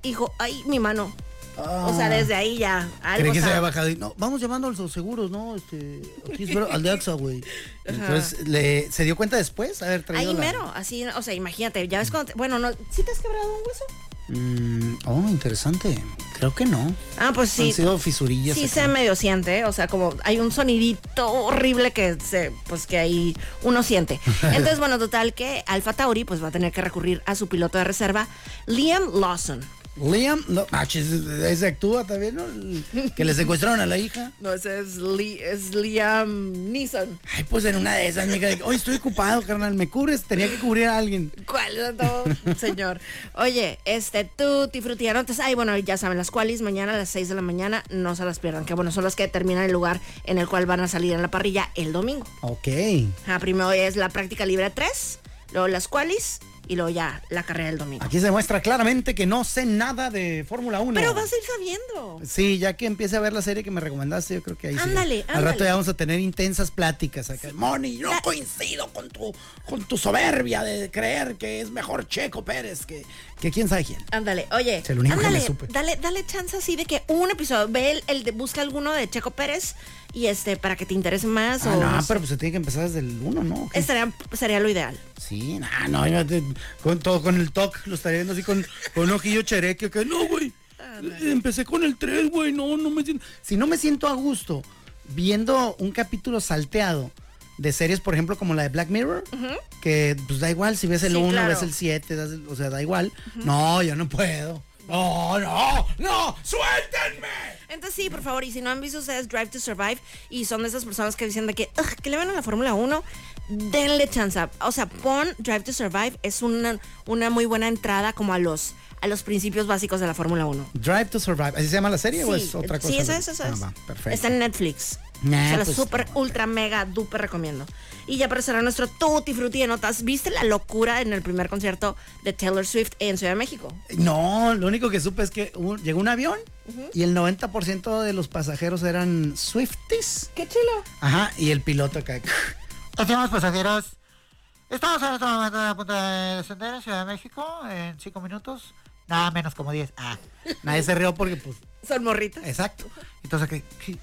Speaker 1: Dijo, ay, mi mano. O sea, desde ahí ya. Algo
Speaker 2: Ah. Creí que se
Speaker 1: estaba-
Speaker 2: había bajado y no, vamos llamando a los seguros, ¿no? Este, aquí es al de AXA,
Speaker 1: [LAUGHS]
Speaker 2: güey. Entonces, le, ¿se dio cuenta después? A ver, traído
Speaker 1: Ahí
Speaker 2: la-
Speaker 1: mero, así, o sea, imagínate, ya ves cuando, te- bueno, no, ¿sí te has quebrado un hueso?
Speaker 2: Mm, oh, interesante. Creo que no.
Speaker 1: Ah, pues
Speaker 2: Han
Speaker 1: sí.
Speaker 2: sido fisurillas.
Speaker 1: Sí
Speaker 2: acá.
Speaker 1: se medio siente, ¿eh? o sea, como hay un sonidito horrible que se, pues que ahí uno [LAUGHS] siente. Entonces, bueno, total que Alfa Tauri pues va a tener que recurrir a su piloto de reserva, Liam Lawson.
Speaker 2: Liam, no, ah, chis, ese actúa también, ¿no? El Que le secuestraron a la hija.
Speaker 1: No, ese es, es Liam Neeson.
Speaker 2: Ay, pues en una de esas, mija, hoy estoy ocupado, carnal, me cubres, tenía que cubrir a alguien.
Speaker 1: ¿Cuál de todo, señor? Oye, este, tú, Tifrutiano, entonces, ay, bueno, ya saben, las cuales mañana a las 6 de la mañana no se las pierdan, que bueno, son las que determinan el lugar en el cual van a salir en la parrilla el domingo.
Speaker 2: Ok.
Speaker 1: Ajá, primero es la práctica libre 3, luego las cuales y luego ya la carrera del domingo.
Speaker 2: Aquí se muestra claramente que no sé nada de Fórmula 1.
Speaker 1: Pero vas a ir sabiendo.
Speaker 2: Sí, ya que empiece a ver la serie que me recomendaste, yo creo que ahí sí.
Speaker 1: Ándale,
Speaker 2: Al rato
Speaker 1: ándale.
Speaker 2: ya vamos a tener intensas pláticas acá. Moni, no coincido con tu, con tu soberbia de creer que es mejor Checo Pérez que, que quién sabe quién.
Speaker 1: Ándale, oye,
Speaker 2: Es el único que
Speaker 1: ándale,
Speaker 2: me supe.
Speaker 1: dale, dale chance así de que un episodio, ve el, el de- busca alguno de Checo Pérez y este, para que te interese más
Speaker 2: Ah,
Speaker 1: o...
Speaker 2: no, pero pues se tiene que empezar desde el 1, ¿no? ¿O qué?
Speaker 1: Estaría, sería lo ideal.
Speaker 2: Sí, no, no, yo te- con todo, con el toc, lo estaría viendo así con, con un ojillo chereque, que no, güey.
Speaker 3: Empecé con el 3, güey, no, no me siento... Si no me siento a gusto viendo un capítulo salteado de series, por ejemplo, como la de Black Mirror, que pues da igual si ves el
Speaker 1: Sí,
Speaker 3: 1,
Speaker 1: claro.
Speaker 3: ves el 7, das el- o sea, da igual. No, yo no puedo. No, no, no, suéltenme.
Speaker 1: Entonces sí, por favor, y si no han visto ustedes Drive to Survive y son de esas personas que dicen de que, "Ugh, que le ven a la Fórmula 1, denle chance. O sea, pon Drive to Survive, es una, una muy buena entrada como a los, a los principios básicos de la Fórmula 1.
Speaker 3: Drive to Survive, ¿así se llama la serie o es otra cosa?
Speaker 1: Sí, esa es, esa
Speaker 3: Ah,
Speaker 1: es.
Speaker 3: va, perfecto.
Speaker 1: Está en Netflix.
Speaker 3: Nah,
Speaker 1: Se la
Speaker 3: pues,
Speaker 1: super, ultra, mega, duper recomiendo. Y ya para cerrar nuestro tutti frutti de notas, ¿viste la locura en el primer concierto de Taylor Swift en Ciudad de México?
Speaker 3: No, lo único que supe es que hubo- llegó un avión y el 90% de los pasajeros eran Swifties.
Speaker 1: ¡Qué chilo!
Speaker 3: Ajá, y el piloto acá.
Speaker 9: Estimados pasajeros, estamos en este momento a punto de descender en Ciudad de México en 5 minutos. Nada menos como 10. Ah,
Speaker 3: Nadie se rió porque, pues,
Speaker 1: Son morritas.
Speaker 3: exacto. Entonces, ¿qué- qué-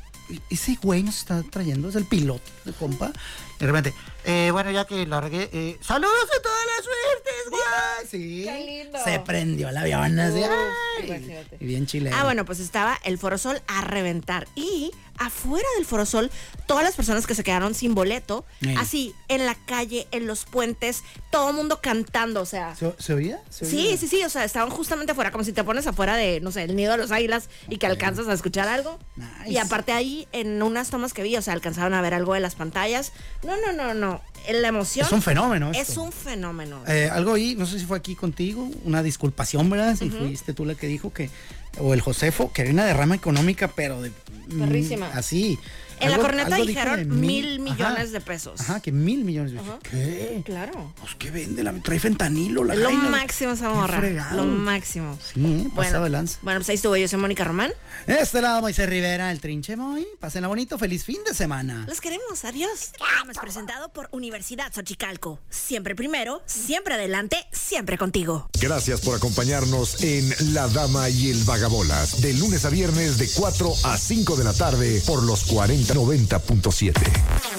Speaker 3: ese güey nos está trayendo, es el piloto, el compa. Y de repente,
Speaker 9: eh, bueno, ya que la regué, eh, saludos a todas las suertes,
Speaker 3: ¡ay, sí! Se prendió el avión así. ¡ay! Y bien chileno.
Speaker 1: Ah, bueno, pues estaba el Forosol a reventar. Y afuera del Forosol, todas las personas que se quedaron sin boleto,
Speaker 3: Ey.
Speaker 1: así, en la calle, en los puentes, todo el mundo cantando, o sea.
Speaker 3: ¿Se, se oía? ¿Se
Speaker 1: Sí,
Speaker 3: oía?
Speaker 1: sí, sí, o sea, estaban justamente afuera, como si te pones afuera de, no sé, el nido de los águilas y que alcanzas a escuchar algo.
Speaker 3: Nice.
Speaker 1: Y aparte ahí, en unas tomas que vi, o sea, alcanzaron a ver algo de las pantallas. No, no, no, no, la emoción.
Speaker 3: Es un fenómeno
Speaker 1: Es
Speaker 3: esto.
Speaker 1: un fenómeno.
Speaker 3: Eh, algo ahí, no sé si fue aquí contigo, una disculpación, ¿verdad? Si fuiste tú la que dijo que, o el Josefo, que había una derrama económica, pero de... mm,
Speaker 1: Perrísima.
Speaker 3: Así.
Speaker 1: En la
Speaker 3: Algo-
Speaker 1: corneta
Speaker 3: algo dijo
Speaker 1: dijeron
Speaker 3: de
Speaker 1: mil millones de pesos.
Speaker 3: Ajá, que mil millones de pesos. ¿Qué?
Speaker 1: Claro.
Speaker 3: Pues que vende, la trae fentanilo, la
Speaker 1: Es lo
Speaker 3: jaina.
Speaker 1: máximo esa
Speaker 3: Qué
Speaker 1: morra.
Speaker 3: fregado.
Speaker 1: Lo máximo.
Speaker 3: Sí, ¿eh? pasado de lanza.
Speaker 1: Bueno, pues ahí estuvo yo, soy Mónica Román.
Speaker 3: De Este lado, Moisés Rivera, el trinche Moy. Pásenla bonito, feliz fin de semana.
Speaker 1: Los queremos, adiós. Hemos presentado por Universidad Xochicalco. Siempre primero, siempre adelante, siempre contigo.
Speaker 5: Gracias por acompañarnos en La Dama y el Vagabolas, de lunes a viernes de 4 a 5 de la tarde por los 4090.7.